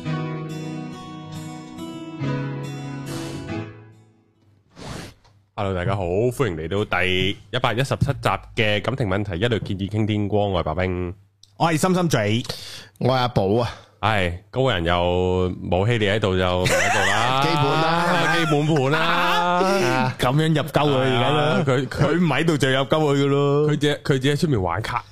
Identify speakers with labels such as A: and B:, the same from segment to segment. A: Hello，大家好，歡迎嚟到第一百一十七集嘅感情問題一律建議傾天光，我係白冰。
B: 我係心心嘴，
C: 我係阿寶啊，
A: 唉，高人又冇希利喺度就唔喺度啦，
C: 基本啦
A: 基本盤 啦。
B: 咁樣入鳩佢而家都，
A: 佢
B: 佢唔喺度就入鳩佢噶咯。
A: 佢只佢只喺出面玩卡。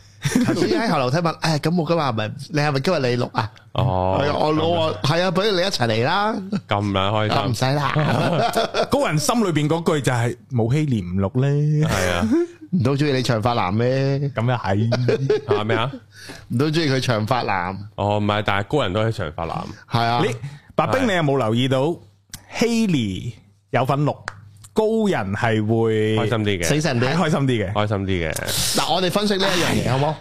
C: 頭先喺後樓梯問， 诶，咁我今日係咪你係咪今日你錄啊？
A: 哦，
C: 係啊我老啊，係啊，俾你一齊嚟啦，
A: 咁啦，開
C: 啊
A: 心
C: 唔使啦，
B: 高人心裏邊嗰句就係冇希連唔錄咧，
A: 係啊。
C: 唔都中意你長髮男咩？
B: 咁又係。
A: 吓咩啊？
C: 唔都中意佢長髮男，
A: 哦，唔係，但係高人都係長髮男。
C: 係啊，
B: 你白冰，你有冇留意到 Haley 有份錄，高人係會
A: 開心啲
C: 死
A: 嘅，
C: 神你
B: 係開心啲嘅。
A: 開心啲嘅，
C: 嗱，我哋分析呢一樣嘢好冇？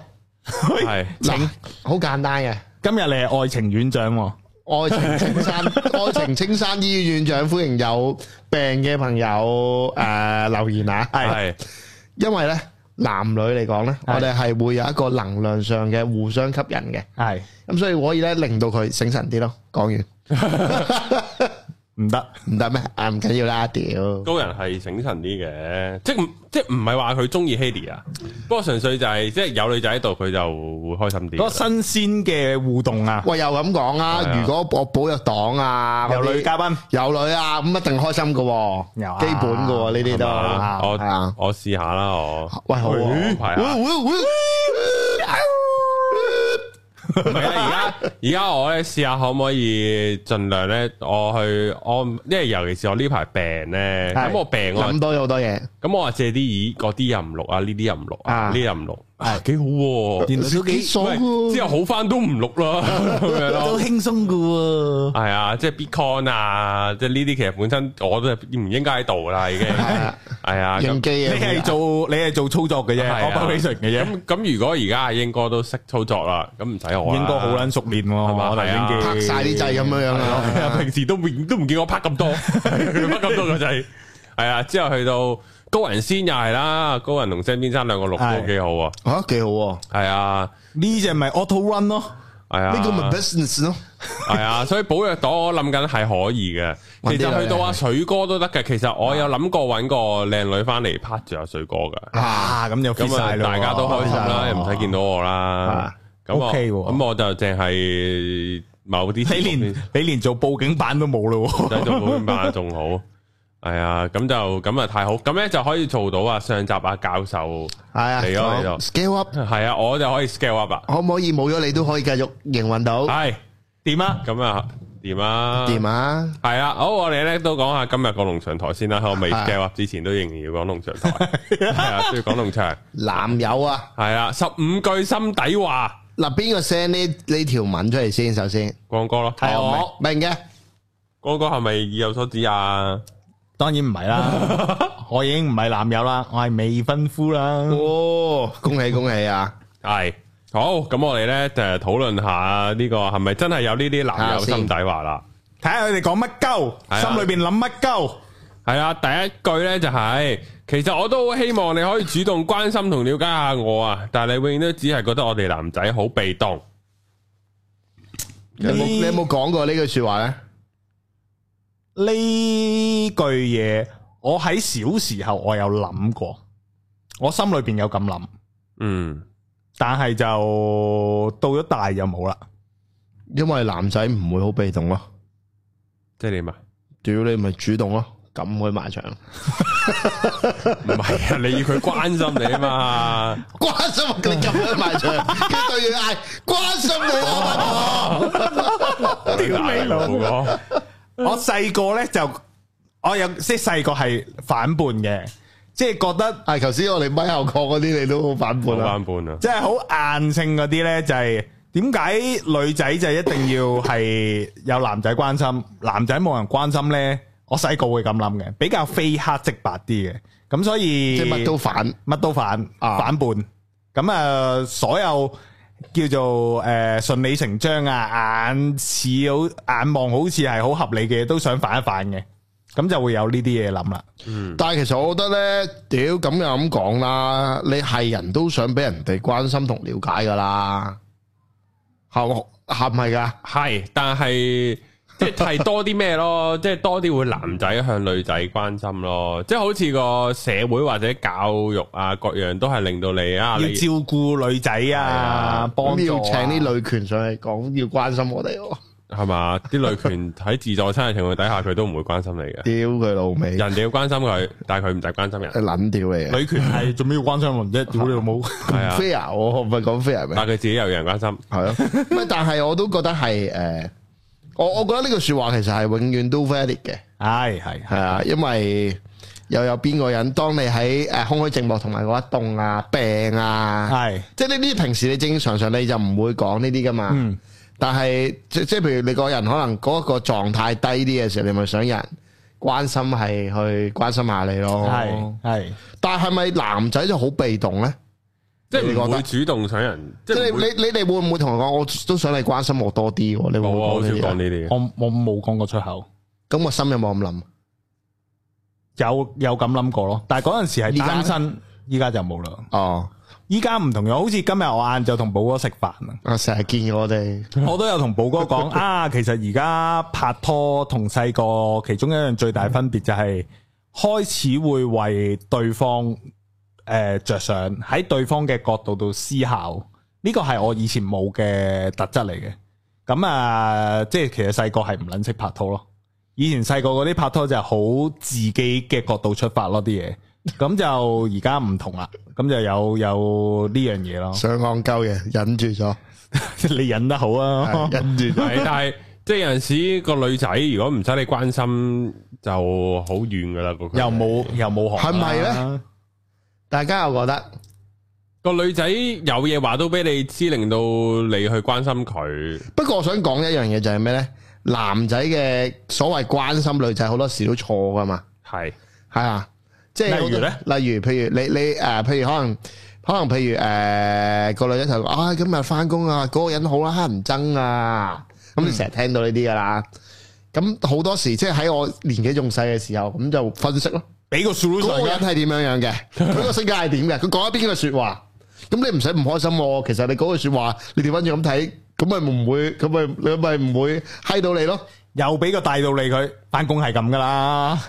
A: 係
C: 嗱，好簡單嘅，
B: 今日你係愛情院長喎，
C: 愛情青山，愛情青山醫院院長歡迎有病嘅朋友诶留言啊，
A: 係
C: 因為咧男女嚟講咧，我
B: 係
C: 哋係會有一個能量上嘅互相吸引嘅。
B: 係
C: 咁所以可以咧令到佢醒神啲咯。講完
B: 唔得，
C: 唔得咩？啊唔緊要啦，屌！
A: 高人係醒神啲嘅，即係即係唔係話佢中意 Hedy 啊，不過純粹就係即係有女仔喺度，佢就會開心啲。
B: 嗰個新鮮嘅互動啊，
C: 喂，又咁講啊！
A: 係啊
C: 如果我保約黨啊，
B: 有
C: 嗰啲
B: 女嘉賓
C: 有女啊，咁一定開心噶喎，
B: 有啊
C: 基本噶喎呢啲
A: 係
C: 都。
A: 嘛
C: 係啊
A: 我我試下啦，我
C: 喂，好喎
A: 係啊
C: 喂喂喂
A: 唔係啊！而家而家我咧試下可唔可以盡量咧，我去我因為尤其是我呢排病咧，
C: 係
A: 咁我病我
C: 諗多咗好多嘢，
A: 咁我話借啲耳，嗰啲又唔錄啊，呢啲又唔錄啊，
C: 啊
A: 呢啲又唔錄啊，幾好喎！
B: 原來都
C: 幾
B: 幾
C: 爽
A: 喂，之
C: 喎。
A: 後好翻都唔錄啦，咁樣
B: 都
A: 咯。
B: 輕鬆噶喎。
A: 係啊，即係 Bitcoin 啊，即係呢啲其實本身我都係唔應該喺度啦，已經
C: 係啊
A: 係啊。
C: 應
A: 咁
C: 機
B: 你
C: 啊！
B: 係做你係做操作嘅啫
A: 係啊
B: ，operation 嘅啫，
A: 咁咁，如果而家阿英哥都識操作啦，咁唔使我啦
B: 應該好撚熟練喎，
A: 嘛
B: 係嘛？頭先
A: 係啊
C: 拍
B: 機
C: 晒啲掣咁樣樣啦，
A: 係啊，平時都唔都唔見我拍咁多，佢拍咁多個掣。係啊，之後去到高人先又係啦，高人同 Sam 先生兩個錄都
B: 係
A: 幾好啊。
C: 嚇幾好喎！
A: 係啊，
B: 呢只咪 auto run 咯，
A: 係啊，
C: 呢個咪 business 咯，
A: 系啊，所以保藥黨我諗緊係可以嘅。
C: 搵啲
A: 其
C: 女
A: 實去到阿水哥都得嘅。其實我有諗過搵個靚女翻嚟拍住阿水哥噶，
B: 啊咁就 fit
A: 咁啊
B: 晒咯，啊
A: 大家都開心啦，又唔使見到我啦
C: 啊。
A: 咁我
B: OK 喎
A: 咁我就淨係某啲
B: 你連你連做報警版都冇咯喎，
A: 想做保險版仲好。係啊，咁就咁啊太好，咁咧就可以做到啊上集阿教授
C: 係啊
A: 嚟咗嚟咗
C: 我，scale up，
A: 係啊，我就可以 scale up 啦。
C: 可唔可以冇咗你都可以繼續營運到？
A: 係
B: 點啊？
A: 咁啊，掂啊，
C: 掂啊！
A: 系啊，好，我哋咧都講下今日個農場台先啦。我未
C: 係
A: g 之前都仍然要講農場台，係啊， 都要講農場。
C: 男友啊，
A: 係啊，十五句心底話，
C: 嗱邊個 send 呢呢条文出嚟先？首先
A: 光哥咯，哦
B: 係啊我
C: 明明嘅，
A: 光哥係咪意有所指啊？
B: 當然唔 係啦，我已經唔係男友啦，我係未婚夫啦。
C: 哦，恭喜恭喜啊！
A: 係好，咁我哋咧就係討論下呢個係咪真係有呢啲男友心底話啦？
B: 睇下佢哋講乜
A: 係啊
B: 鳩，心裏邊諗乜鳩。
A: 係啊，第一句咧就係、其實我都好希望你可以主動關心同了解下我啊，但係你永遠都只係覺得我哋男仔好被動。
C: 你有冇
B: 呢
C: 你有冇讲过呢句说話咧？
B: 呢句嘢，我喺小時候我有諗過，我心裏邊有咁諗，
A: 嗯，
B: 但係就到咗大就冇啦。
C: 因為男仔唔會好被動咯，
A: 即係點啊？
C: 屌你咪主動咯，咁去埋牆，
A: 唔係啊，你要佢關心你啊嘛。
C: 關心我佢咁去埋牆， 跟住對住嗌關心你 啊！
A: 屌
B: 你老母
A: 母！
B: 我細個咧就，我有即係細個係反叛嘅，即係覺得
C: 系頭先我哋咪後抗嗰啲，你都好反叛
A: 冇
C: 啊！
A: 翻半啊！
B: 即係好硬性嗰啲咧，就係點解女仔就一定要係有男仔關心， 男仔冇人關心咧？我細個會咁諗嘅，比較非黑即白啲嘅，咁所以
C: 即係乜都反，
B: 乜都反
C: 啊
B: 反叛，咁啊所有叫做诶顺理成章啊，眼似好眼望好似係好合理嘅，都想反一反嘅，咁就會有呢啲嘢諗啦。
C: 但係其實我覺得咧，屌咁又咁講啦，你係人都想俾人哋關心同了解噶啦，係咪係咪㗎？
A: 係，但係即係提多啲咩咯， 即係多啲會男仔向女仔關心咯，即係好似個社會或者教育啊，各樣都係令到你啊，
B: 要
A: 你
B: 照顧女仔啊，幫助
C: 咁要
B: 啊
C: 請啲女權上嚟講，要關心我哋喎，
A: 係嘛？啲女權 喺自助餐嘅情況底下，佢都唔會關心你嘅，
C: 屌佢老味，
A: 人哋要關心佢，但係佢唔使關心人，
C: 係撚屌你啊
B: 女權係做咩要關心人 啫？屌你老母！
A: 係啊，
C: ！fair，我唔係講 fair 咩
A: 但？係佢自己又有人關心，
C: 係咯，咩？但係我都覺得係誒，我我覺得呢句説話其實係永遠都 valid 嘅。
B: 係係
C: 係啊，因為又有邊個人，當你喺誒空虛寂寞同埋嗰一凍啊、病啊，
B: 係，
C: 即係呢啲平時你正常上你就唔會講呢啲噶嘛。
B: 嗯
C: 但係即即係譬如你個人可能嗰個狀態低啲嘅時候，你咪想有人關心係去關心下你咯。
B: 係係。
C: 但係咪男仔就好被動呢？
A: 即係
C: 你
A: 唔
C: 覺
A: 會
C: 得
A: 主動想人，即
C: 即係
A: 係
C: 你
A: 唔會
C: 你你哋會唔會同佢講，我都想你關心我多啲喎？你會
A: 冇啊，
C: 唔
A: 好
C: 會
A: 少
C: 講
A: 講
C: 呢啲？
A: 呢啲嘅。
B: 我我冇講過出口，
C: 咁個心有冇咁諗？
B: 有有咁諗過咯。但係嗰陣時係單
C: 依家
B: 身，依家就冇啦。
C: 哦，
B: 依家唔同咗，好似今日我晏晝同寶哥食飯啊，
C: 我成日見我哋
B: 我都有同寶哥講啊，其實而家拍拖同細個其中一樣最大分別就係開始會為對方誒著想，喺對方嘅角度度思考，呢個係我以前冇嘅特質嚟嘅。咁啊，即係其實細個係唔撚識拍拖咯。以前細個嗰啲拍拖就係好自己嘅角度出發咯啲嘢，咁就而家唔同啦，咁就有有呢樣 嘢咯。
C: 想戇鳩嘅，忍住咗，
B: 你忍得好啊
C: 係！忍住咗。
A: 系，但系即系有阵时个女仔如果唔使你关心，就好遠噶啦。個距離
B: 又冇又冇行，
C: 係咪呢？大家又覺得
A: 個女仔有嘢話都俾你知，令到你去關心佢。
C: 不過我想講一樣嘢就係咩呢？男仔嘅所謂關心女仔好多時都錯噶嘛，
A: 係
C: 係啊，即係
B: 例如呢
C: 好多例如譬如你你誒、呃譬如可能可能譬如誒、呃、個女仔就講啊，今日翻工啊，嗰、個人好啦，乞人憎啊，咁
B: 嗯
C: 你成日聽到呢啲噶啦。咁好多時即係喺我年紀仲細嘅時候，咁就分析咯，
B: 俾個
C: 嗰
B: solution
C: 個人
B: 嘅
C: 係點樣樣嘅， 佢個性格係點嘅，佢講咗邊句説話，咁你唔使唔開心喎。其實你嗰句説話，你調翻轉咁睇，咁咪唔會，咁咪你咪唔會閪到你咯。
B: 又俾個大道理佢，翻工係咁噶 啦，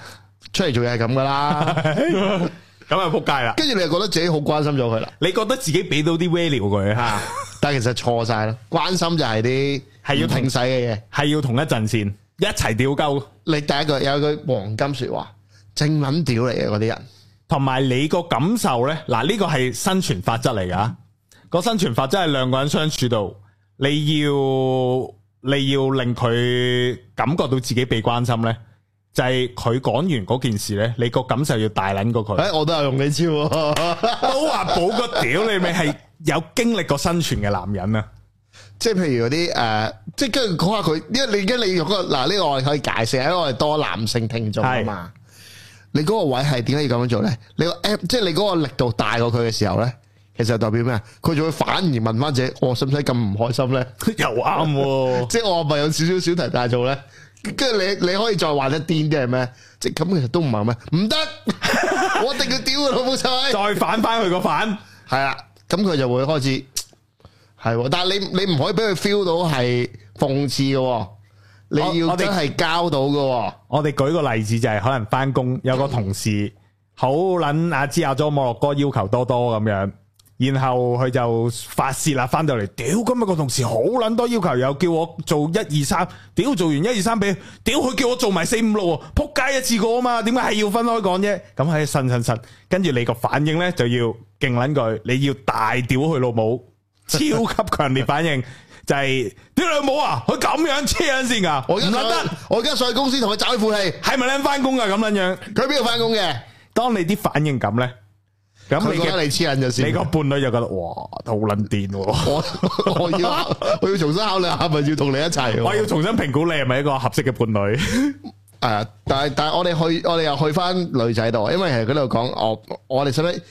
C: 出嚟做嘢係咁噶 啦，
B: 咁啊仆街啦！
C: 跟住你又覺得自己好關心咗佢啦，
B: 你覺得自己俾到啲 value 佢吓，
C: 但係其實錯晒啦。關心就係啲
B: 係要
C: 唔停使嘅嘢。
B: 係要同一陣線，一齊屌鳩，
C: 你第一句有一句黃金説話，正撚屌嚟嘅嗰啲人，
B: 同埋你個感受呢。嗱呢個係生存法則嚟噶，個生存法則係兩個人相處度，你要你要令佢感覺到自己被關心呢，就係佢講完嗰件事呢，你個感受要大撚過佢
C: 誒、。哎我都有用你招喎。
B: 都話寶個屌你咪係有經歷過生存嘅男人啊！
C: 即係譬如嗰啲誒，即係跟住講下佢，因為你而家你用嗰個嗱呢個我哋可以解釋，因為我哋多男性聽眾啊嘛。你嗰個位係點解要咁樣做咧？你個 app 即係你嗰個力度大過佢嘅時候咧，其實就代表咩啊？佢就會反而問翻自己：我使唔使咁唔開心咧？
B: 又啱喎，
C: 即係我係咪有少少小題大做咧？跟住你你可以再話得癲啲係咩？即係咁其實都唔係咩，唔得，我一定要屌佢老母臭閪
B: 再反翻佢個反，
C: 系啦，咁佢就會開始系，但系你你唔可以俾佢 feel 到係諷刺嘅喎，你
B: 我
C: 要
B: 我哋
C: 真係交到嘅喎，
B: 我哋舉個例子就係可能翻工有個同事好撚阿芝阿咗摩洛哥要求多多咁樣，然後佢就發泄啦，翻到嚟屌今日個同事好撚多要求，又叫我做一二三，屌做完一二三俾佢，屌佢叫我做埋四五六喎，撲街一次過啊嘛，點解係要分開講啫？咁喺呻呻呻，跟住你個反應呢就要勁撚佢，你要大屌佢老母。超級強烈反應，就係屌你老母啊！佢咁樣黐撚線噶，
C: 我
B: 唔
C: 而家
B: 撚
C: 上
B: 得
C: 去，我而家上去公司同佢找佢晦氣，
B: 係咪撚翻工啊？咁撚樣，
C: 佢邊度翻工嘅？
B: 當你啲反應咁咧，咁
C: 佢
B: 你
C: 覺得
B: 嘅
C: 你黐撚咗
B: 你
C: 先
B: 個。伴侶就覺得哇，好撚癲 喎！
C: 我我要我要重新考慮下，係咪要同你一齊喎？
B: 我要重新評估你係咪一個合適嘅 伴侶。
C: 係啊，但係但係我哋去我哋又去翻女仔度，因為其實佢喺度講我我哋使唔使？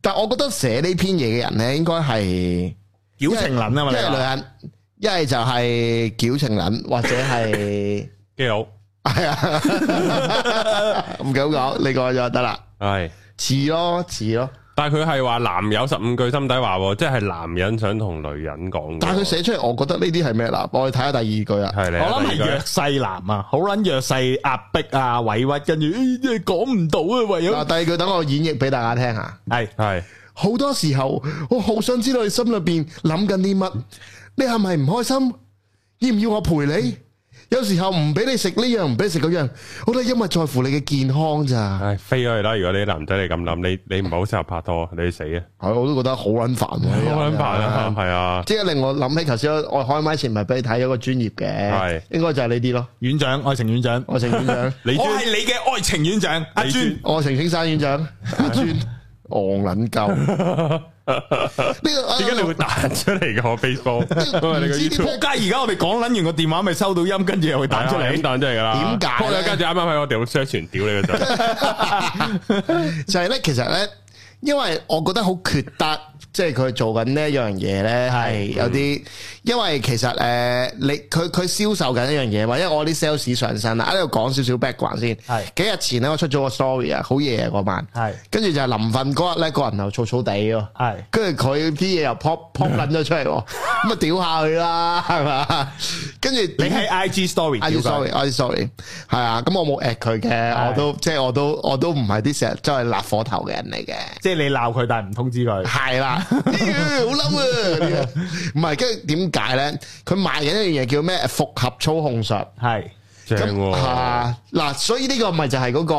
C: 但我覺得寫呢篇嘢嘅人咧，應該係。
B: 矯情撚啊嘛，
C: 一
B: 你
C: 係女
B: 話
C: 人，一係就係矯情撚，或者係
A: 基佬，
C: 係啊，唔敢講，你講咗就得啦，
A: 係
C: 似咯似咯，
A: 但系佢係話男友十五句心底話喎，即係男人想同女人講嘅喎。
C: 但係佢寫出嚟，我覺得呢啲係咩啦？我哋睇下第二句啊。
A: 係你啊，
B: 我諗係
A: 第二句
B: 弱勢男啊，好撚弱勢壓迫啊，委屈，跟住，咦，真係講唔到啊，唯有-
C: 嗱，第二句等我演繹俾大家聽下。
A: 係
C: 好多時候，我好想知道你心裏邊諗緊啲乜，你係咪唔開心？要唔要我陪你？有時候唔俾你食呢樣，唔俾你食嗰樣，我都係因為在乎你嘅健康咋。
A: 唉飛咗去啦！如果你男仔你咁諗，你你唔係好適合拍拖，你去死啊！
C: 係，我都覺得好撚煩喎。
A: 好撚煩啊，係啊，
C: 即係令我諗起頭先我開麥前咪俾你睇咗個專業嘅，
A: 係
C: 應該就係呢啲咯。
B: 院長，愛情院長。
C: 愛情院長，
A: 你專
B: 我係你嘅愛情院長，阿
A: 你
B: 專。
A: 專-
C: 愛情青山院長，阿專，戇撚鳩。呢個
A: 點解你會彈出嚟嘅？我 Facebook，因為你個
C: 唔知
A: YouTube
C: 啲咩
B: 仆街，而家我哋講撚完個電話，咪收到音，跟住又會彈出嚟。
A: 係啊咁彈出嚟㗎啦。
C: 點解
A: 我
C: 呢
A: 有家姐啱啱喺我哋好 search 完屌你嗰陣，
C: 就係咧，其實咧，因為我覺得好缺德，即係佢做緊呢一樣嘢咧，係有啲，因為其實誒、呃你佢佢銷售緊一樣嘢嘛，因為我啲 sales 上身啦，喺度講少少 background 先。
B: 係
C: 幾日前咧，我出咗個 story 啊，好夜啊嗰晚，
B: 係
C: 跟住就係臨瞓嗰日咧，個人又燥燥地喎。
B: 係
C: 跟住佢啲嘢又 pop pop 撚咗出嚟喎，咁啊屌下佢啦，係嘛？跟住
B: 你喺 IG story
C: I
B: 屌佢。
C: sorry，I sorry，係啊，咁我冇 at 佢嘅，我都即係我都我都唔係啲成日真係辣火頭嘅人嚟嘅，
B: 即係你鬧佢，但係唔通知佢。
C: 係啦，咦好嬲啊嗰啲啊！唔係，跟住點解咧？佢賣緊一樣嘢叫咩？複合操控術，
A: 正
C: 咁
A: 喎。
C: 啊嗱，所以呢個咪就係嗰個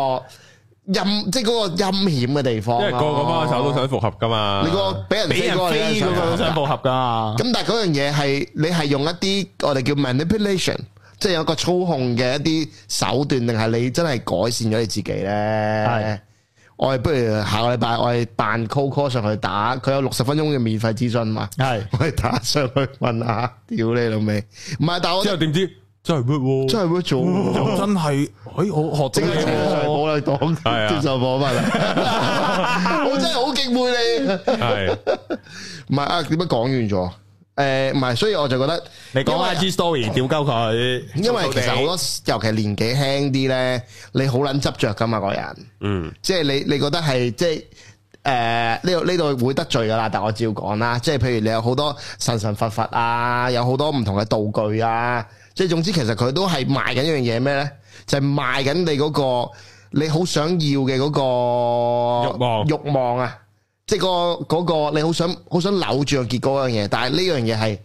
C: 陰，即係嗰個陰險嘅地方
A: 因
C: 咯。
A: 為個個幫手都想複合㗎嘛。
C: 你個俾人飛嗰個你
B: 係。俾人飛嗰個
C: 想
B: 都想報合㗎。
C: 咁但係嗰樣嘢係你係用一啲我哋叫 manipulation，即係有一個操控嘅一啲手段，定係你真係改善咗你自己
B: 係
C: 呢？我哋不如下個禮拜我哋扮 call call 上去打，佢有六十分鐘嘅免費諮詢嘛？
B: 係
C: 我哋打上去問下，屌你老味！唔係，但係我
A: 之
C: 覺
A: 後
C: 得
A: 點知真係 work 喎？
C: 真係會做喎，
B: 就真係，哎，我學
C: 即
B: 到
C: 刻
B: 嘢
C: 情緒
B: 喎，
C: 冇啦，
A: 係啊
C: 講接受訪問啦，我真係好敬佩你。
A: 係
C: 唔係啊，點解講完咗？誒，唔係，所以我就覺得
B: 你
C: 因為
B: 講 IG story 屌鳩佢，
C: 因為其實好多，尤其年紀輕啲咧，你好撚執着噶嘛，個人，
A: 嗯，
C: 即係你你覺得係即係。誒呢度呢度會得罪噶啦，但我照講啦，即係譬如你有好多神神佛佛啊，有好多唔同嘅道具啊，即係總之其實佢都係賣緊一樣嘢咩呢？就係、賣緊你嗰、個你好想要嘅嗰、個
A: 慾望
C: 慾望啊，即係、個嗰、個你好想好想扭住個結果嗰樣嘢，但係呢樣嘢係。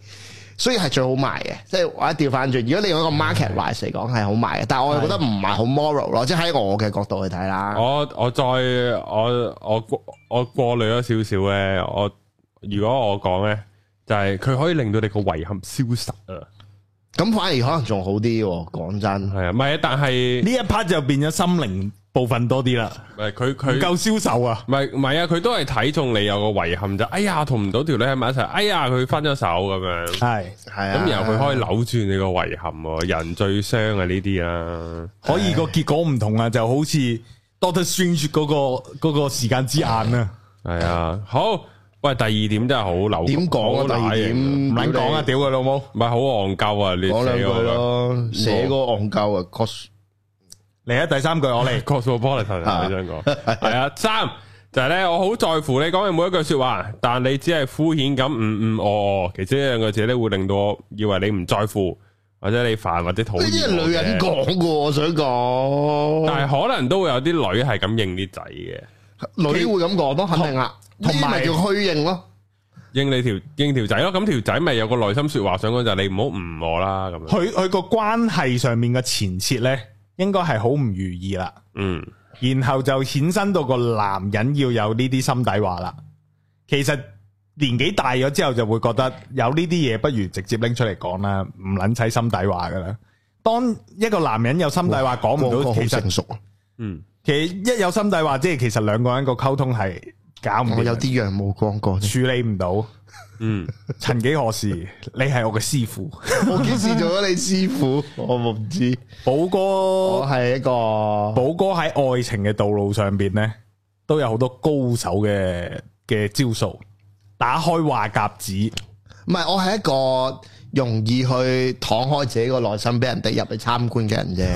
C: 所以係最好賣嘅，即係或者調翻轉。如果你用一個 market wise 嚟講係好賣嘅，但係我又覺得唔係好 moral 咯，即係喺我嘅角度去睇啦。
A: 我我再我我過我過濾咗少少咧，我如果我講咧，就係佢可以令到你個遺憾消失啊，
C: 咁反而可能仲好啲喎，講真。
A: 係啊，唔係啊，但係
B: 呢一 part 就變咗心靈部分多啲啦，
A: 唔係佢
B: 唔
A: 佢
B: 夠銷售啊，
A: 唔係唔係啊，佢都係睇中你有個遺憾就，哎呀同唔到條女喺埋一齊，哎呀佢分咗手咁樣，
B: 係
C: 係啊，
A: 咁然後佢可以扭轉你個遺憾喎，人最傷啊呢啲啊，
B: 可以個結果唔同啊，就好似 Doctor Strange 嗰個嗰個時間之眼啊，
A: 係啊，好，喂第二點真係好扭，
C: 點講
A: 好
C: 啊？第二
A: 乸
C: 點
A: 型啊
B: 唔撚講啊，屌
C: 屌
B: 佢老母，
A: 唔係好戇鳩啊，你
C: 你講兩
A: 死我
C: 句
A: 啦
C: 咯，寫個戇鳩啊，cos
B: 嚟啊第三句我嚟，
A: Cosmopolitan
C: 啊
A: 你想講係啊，三就係咧，我好在乎你講嘅每一句说話，但你只係敷衍咁唔唔哦哦，其實呢兩個字咧會令到我以為你唔在乎，或者你煩或者討
C: 呢啲
A: 厭。
C: 係女人，講嘅喎，我想講，
A: 但係可能都會有啲女係咁應啲仔嘅，
C: 女會咁講咯，肯定啊，呢
B: 同
C: 啲咪
B: 埋
C: 叫虛應咯。
A: 應你條應條仔咯，咁條仔咪有個內心说話想講就係你唔好唔我啦咁樣。
B: 佢佢個關係上面嘅前設咧，應該係好唔如意啦。
A: 嗯，
B: 然後就衍生到個男人要有呢啲心底話啦。其實年紀大咗之後就會覺得有呢啲嘢不如直接拎出嚟講啦，唔撚使心底話噶啦。當一個男人有心底話講唔
C: 旺角
B: 到，
C: 好
B: 其實
C: 成熟啊，
A: 嗯，
B: 其實一有心底話，即係其實兩個人個溝通係搞唔
C: 我有
B: 掂，
C: 啲樣冇光過啫。
B: 處理唔到。
A: 嗯，
B: 曾幾何時，你係我嘅師 傅，
C: 我幾時做咗你師傅？我唔知。
B: 寶哥
C: 我係一個
B: 寶哥喺愛情嘅道路上边呢，都有好多高手嘅嘅招數，打開話匣子。
C: 唔係，我係一個容易去敞開自己個內心俾人哋入嚟參觀嘅人啫。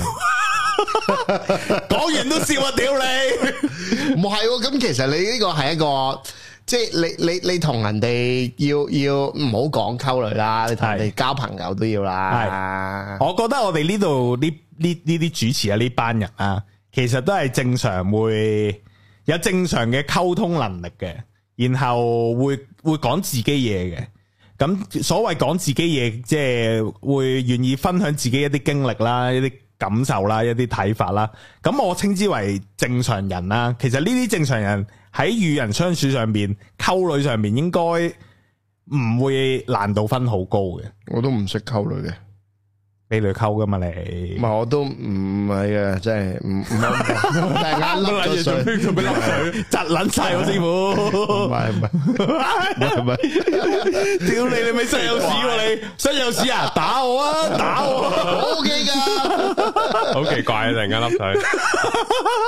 B: 讲完都笑啊！屌你！
C: 唔係喎，咁其實你呢個係一個，即係你你你同人哋要要唔好講溝女啦，你同人哋交朋友都要啦。
B: 我覺得我哋呢度呢呢呢啲主持啊呢班人啊，其實都係正常會有正常嘅溝通能力嘅，然後會會講自己嘢嘅。咁所謂講自己嘢，即係會願意分享自己一啲經歷啦、一啲感受啦、一啲睇法啦。咁我稱之為正常人啦。其實呢啲正常人喺與人相處上面、溝女上面，應該唔會難度分好高嘅。
C: 我都唔識溝女嘅，
B: 俾女溝噶嘛你
C: 唔？係我都 唔係啊，真係唔唔係，突然間甩咗水，
A: 做咩甩水？
B: 窒捻晒我師
C: 唔
B: 傅，
C: 係唔係唔係，
B: 屌你你咪身有屎喎你，身有屎啊打我啊打我啊！
C: O K 噶，
A: 好奇怪啊！突然間甩水，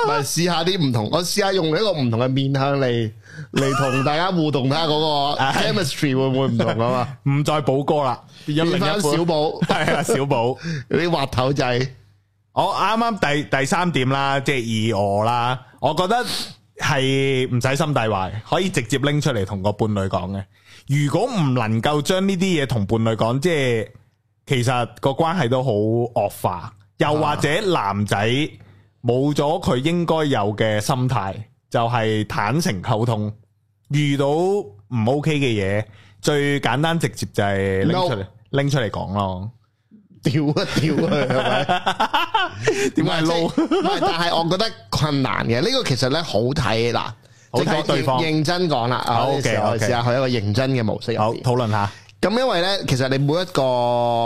C: 咪試下啲唔同，我試下用一個唔同嘅面向嚟嚟同大家互動，睇下嗰個 chemistry 會唔會唔同啊嘛？
B: 唔再寶哥啦，變咗另
C: 變
B: 一
C: 翻小
B: 本
C: 寶，
B: 係啊小寶。
C: 啲滑頭仔。
B: 我啱啱第第三點啦，即係以我啦，我覺得係唔使心大壞，可以直接拎出嚟同個伴侶講嘅。如果唔能夠將呢啲嘢同伴侶講，即係其實個關係都好惡化，又或者男仔冇咗佢應該有嘅心態，就係、坦誠溝通。遇到唔 OK 嘅嘢，最簡單直接就係拎出嚟
C: No
B: 拎出嚟講咯。
C: 屌一屌佢係咪？
B: 點解
C: 唔係
B: 撈？
C: 即係唔係但係我覺得困難嘅呢個其實咧好睇嗱，
B: 好睇
C: 即係
B: 對方
C: 認真講啦。啊
B: 好
C: 我哋
B: OK，
C: 試我哋
B: OK
C: 試下去一個認真嘅模式入
B: 好
C: 邊。
B: 討論下。
C: 咁因為咧，其實你每一個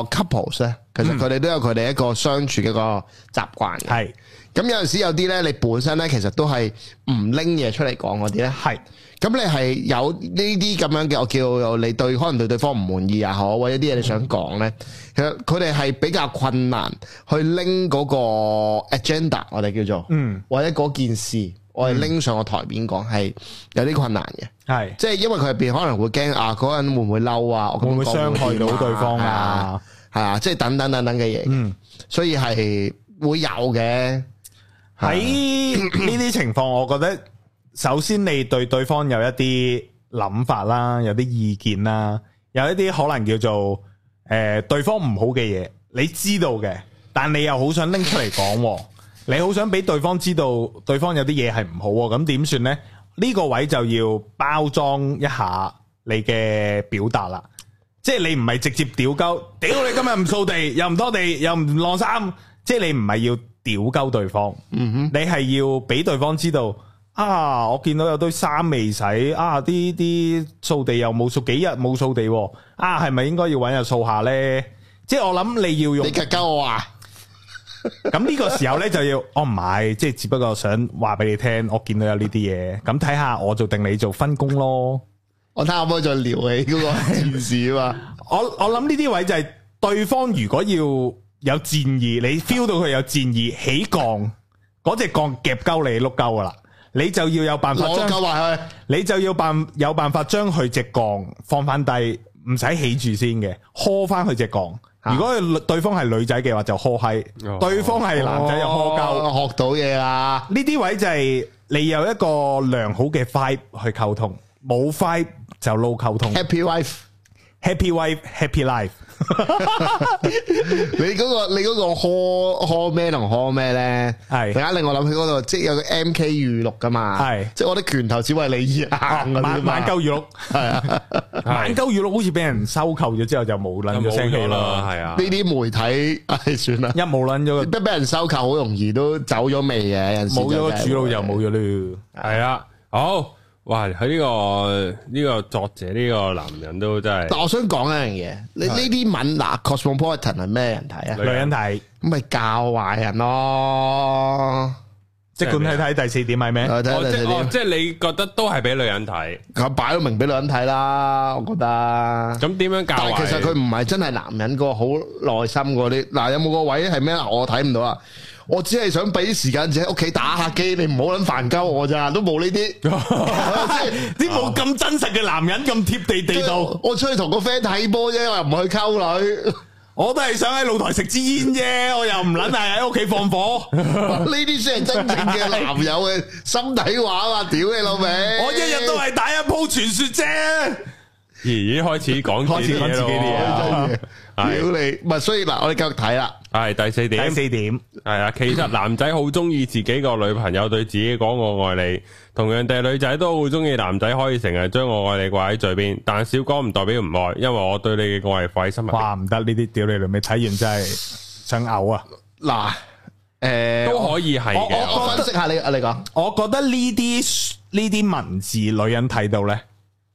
C: couples 咧，其
B: 嗯
C: 實佢哋都有佢哋一個相處嘅一個習慣嘅。
B: 系
C: 咁有陣時有啲咧，你本身咧其實都係唔拎嘢出嚟講嗰啲咧。
B: 系
C: 咁你係有呢啲咁樣嘅，我叫做你對可能對對方唔滿意啊，好或者啲嘢你想講呢，其實佢哋係比較困難去拎嗰個 agenda，我哋叫做，
B: 嗯，
C: 或者嗰件事，我哋拎上個台面講係有啲困難嘅，
B: 系
C: 即係因為佢入邊可能會驚啊，嗰個人會唔會嬲啊，我咁
B: 會唔會
C: 講
B: 傷害
C: 點
B: 到對方啊？
C: 係啊，即係等等等等嘅嘢，
B: 嗯，
C: 所以係會有嘅，
B: 喺 呢啲情況，我覺得首先你對對方有一啲諗法啦，有啲意見啦，有一啲可能叫做诶、呃、对方唔好嘅嘢，你知道嘅，但你又好想拎出嚟講喎，你好想俾對方知道對方有啲嘢係唔好喎，咁點算呢？呢、個位就要包裝一下你嘅表達啦。即係你唔係直接屌鳩，屌你今日唔掃地，又唔拖地，又唔晾衫，即係你唔係要屌鳩對方，你係要俾對方知道啊！我見到有堆衫未洗，啊啲啲掃地又冇掃，幾日冇掃地喎，啊係咪應該要揾日掃下呢？即係我諗你要用
C: 你夾鳩我啊，
B: 咁呢個時候呢，就要，我唔係，即係只不過想話俾你聽，我見到有呢啲嘢，咁睇下我做定你做分工咯。
C: 我睇下可唔可以再撩起嗰個件事 啊嘛。
B: 我我谂呢啲位就係對方如果要有戰意，你 feel 到佢有戰意起降，嗰只降夾鳩你碌鳩噶啦，你就要有辦法
C: 我
B: 將
C: 救埋佢。
B: 你就要辦有辦法將佢只降放翻低，唔使起住先嘅，呵翻佢只降。
C: 啊
B: 如果佢對方係女仔嘅話就呵閪，
A: 哦
B: 對方係男仔
C: Ờ,
B: 就呵鳩。
C: 哦學到嘢啦。
B: 呢啲位就係你有一個良好嘅 vibe 去溝通，冇 vibe 就 low 溝通。
C: Happy wife，
B: Happy wife, happy life。
C: 你嗰、個你嗰個 call call 咩同 call 咩咧？
B: 係
C: 突然間令我諗起嗰度，即係有個 ờ, M K 語錄噶嘛。
B: 係
C: 即係我啲拳頭只為你而硬嗰
B: 晚
C: 啲嘛
B: 晚鳩魚鹿，
C: 係啊，呢
B: 晚鳩魚鹿好似俾人收購咗之後就冇撚咗聲氣
A: 冇咗啦，
B: 啦，
A: 係啊，
C: 啲媒體唉算啦
B: 一，冇撚咗個
C: 不俾人收購好容易都走咗味嘅，有陣時
B: 冇咗個
C: 就真係
B: 主腦
C: 會
B: 就冇咗啦。
A: 係啦，好，哇！佢呢個呢個作者呢個男人都真係
C: 但我想講一樣嘢，你呢啲文嗱 cosmopolitan 係咩人睇啊
B: 女？人睇，
C: 咁咪教壞人咯。
B: 即管睇睇第四點係咩？
C: 我睇
A: 哦
C: 下
A: 即
C: 你
A: 哦
C: 點，
A: 即係你覺得都係俾女人睇，
C: 佢擺到明俾女人睇啦，我覺得。
A: 咁點樣教
C: 但
A: 壞？
C: 係其實佢唔係真係男人個好內心嗰啲，嗱有冇個位係咩啊？我睇唔到啊！我只係想俾啲時間自己喺屋企打下機，你唔好撚煩鳩我咋，都冇呢啲。係咪先
B: 啲冇咁真實嘅男人咁貼地地道，
C: 我出去同個 friend 睇波啫，我又唔去溝女。
B: 我都係想喺露台食支煙啫，我又唔撚係喺屋企放火。
C: 呢啲先係真正嘅男友嘅心底話啊嘛！屌你老味，
B: 我一日都係打一鋪傳說啫。
A: 咦，開始講
B: 開始講自己啲嘢
A: 咯
B: 啊
C: 屌你，唔係所以嗱，我哋繼續睇啦。
A: 喎。係第四點，
B: 四點，
A: 係啦，其實男仔好中意自己個女朋友對自己講我愛你，同樣地女仔都好中意男仔可以成日將我愛你掛喺嘴邊，但小講唔代表唔愛，因為我對你嘅愛係放喺心入邊，
B: 哇唔得呢啲屌你老味，睇完真係想嘔啊！
C: 嗱，誒，
A: 都可以係嘅。
C: 我分析下你，啊你講
B: 我覺得呢啲呢啲文字女人睇到呢，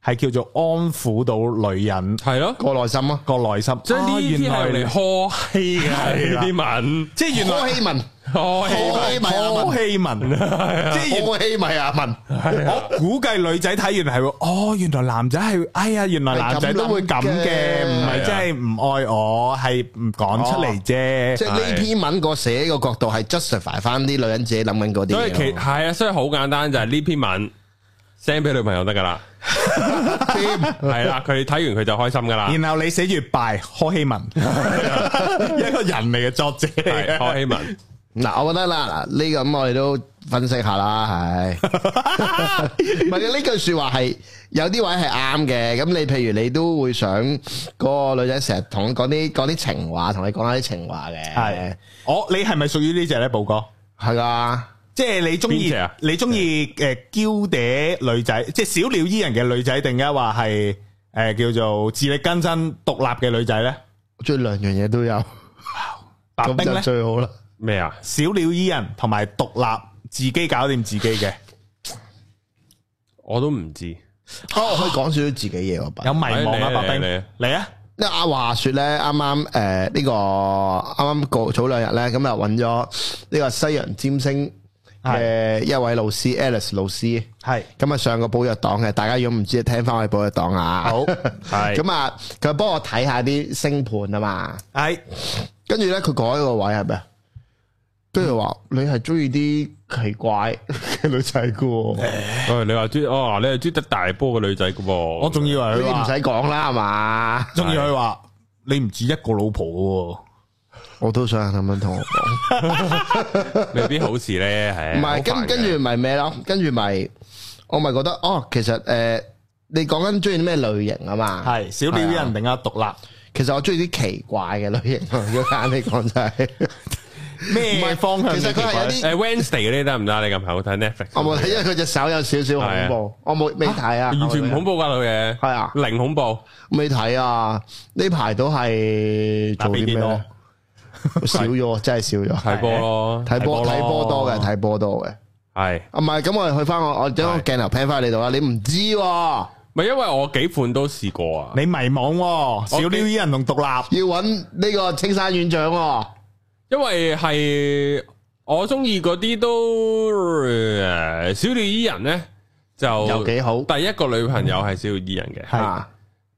B: 係叫做安撫到女人
A: 係咯，
C: 過內心啊，
B: 個內心。
A: 即係呢
B: 啊
A: 啲係
B: 原來
A: 嚟呵氣嘅
B: 係
A: 呢
B: 啦
A: 啲文，
B: 即係原
C: 柯
B: 來
C: 希文，
A: 呵氣
C: 柯希米阿
B: 柯
C: 文，
B: 希啊 文，即係原
C: 柯希米阿文，
B: 我估計女仔睇完係會，哦，原來男仔係，哎呀，原來男仔都會咁
C: 係咁
B: 嘅，
C: 嘅
B: 唔係真係唔愛我，係唔講出嚟
C: 即
B: 啫。
C: 係呢篇文個寫個角度係 justify 翻啲女人自己諗緊嗰啲
A: 所
C: 嘢
A: 以其
C: 咯。
A: 係啊，所以好簡單就係呢篇文 send 俾女朋友得噶 啦，係啦，佢睇完佢就開心噶啦。
B: 然後你寫住敗柯希文， 一個人嚟嘅作者嚟
A: 係
B: 嘅
C: 啊
A: 柯希文，
C: 嗱，我覺得啦，嗱呢個咁我哋都分析下啦，係。唔係嘅呢句説話係有啲位係啱嘅，咁你譬如你都會想嗰個女仔成日同你講啲講啲情話，同你講下啲情話嘅，
B: 係我你係咪屬於呢只咧，寶哥？
C: 係噶。
B: 即係你中
A: 邊
B: 意
A: 隻啊
B: 你中意誒嬌嗲女仔，即係小鳥依人嘅女仔，定一話係誒叫做自力更生獨立嘅女仔咧？
C: 我中意兩樣嘢都有，
B: 白
C: 咁
B: 冰
C: 就
B: 咧？
C: 最好啦。
A: 咩啊？
B: 小鳥依人同埋獨立自己搞掂自己嘅，
A: 我都唔知。
C: 哦，可以講少少自己嘢喎，白
B: 有迷茫啊，
A: 嚟
B: 白
A: 嚟嚟
B: 冰嚟啊！
C: 因為阿話說咧，啱啱誒呢個啱啱過早兩日咧，咁又揾咗呢個西洋占星嘅一位老師 Alice 老師，
B: 係
C: 咁啊上個寶藥黨嘅，大家如果唔知，聽翻我哋寶藥黨 啊。
B: 好
A: 係
C: 咁啊，佢幫我睇下啲星盤啊嘛，
B: 係
C: 跟住咧佢改個位係咪啊？跟住話你係中意啲奇怪 嘅女仔噶喎，呢
A: 喂，你話中哦，你係中得大波嘅女仔噶噃？
B: 我
A: 我
B: 仲以為佢
C: 啲唔
B: 話，
C: 使講啦，係嘛？
B: 仲以為佢話你唔止一個老婆喎。
C: 我都想咁樣同我講。
A: 未必好事咧，係
C: 唔
A: 好
C: 係，
A: 煩
C: 跟
A: 嘅
C: 跟住咪咩咯？跟住咪我咪覺得哦，其實誒、呃你講緊中意啲咩類型啊嘛？
B: 係小鳥依人定啊獨
C: 其實我中意啲奇怪嘅類型啊，如果揀你講真係，
B: 立咩方向嘅
C: 其實
B: 奇
C: 佢
B: 怪？
C: 係有
A: 誒
C: 啲
A: Wednesday 嗰啲得唔得？你咁好睇 Netflix？
C: 我冇睇，因為佢隻手有少少恐怖，我冇未睇啊，
A: 完全唔恐怖噶女嘢，
C: 係啊
A: 零恐怖。
C: 未睇啊，呢排都係做啲咩
B: 打
C: 咧？少咗，真係少咗，
A: 睇波咯，
C: 睇波
B: 睇
C: 睇
B: 波
C: 波
B: 咯
C: 多嘅，睇波多嘅。
A: 係
C: 啊，唔係，咁我哋去翻我我將個鏡頭 pan 翻你度啊啦，你唔知喎。
A: 咪因為我幾款都試過啊？
B: 你迷惘喎，小鳥依人同獨立。
C: 要揾呢個青山院長喎，
A: 因為係我中意嗰啲都誒小鳥依人咧，就
C: 又幾好
A: 第一個女朋友係小鳥依人嘅，
B: 係
C: 啊！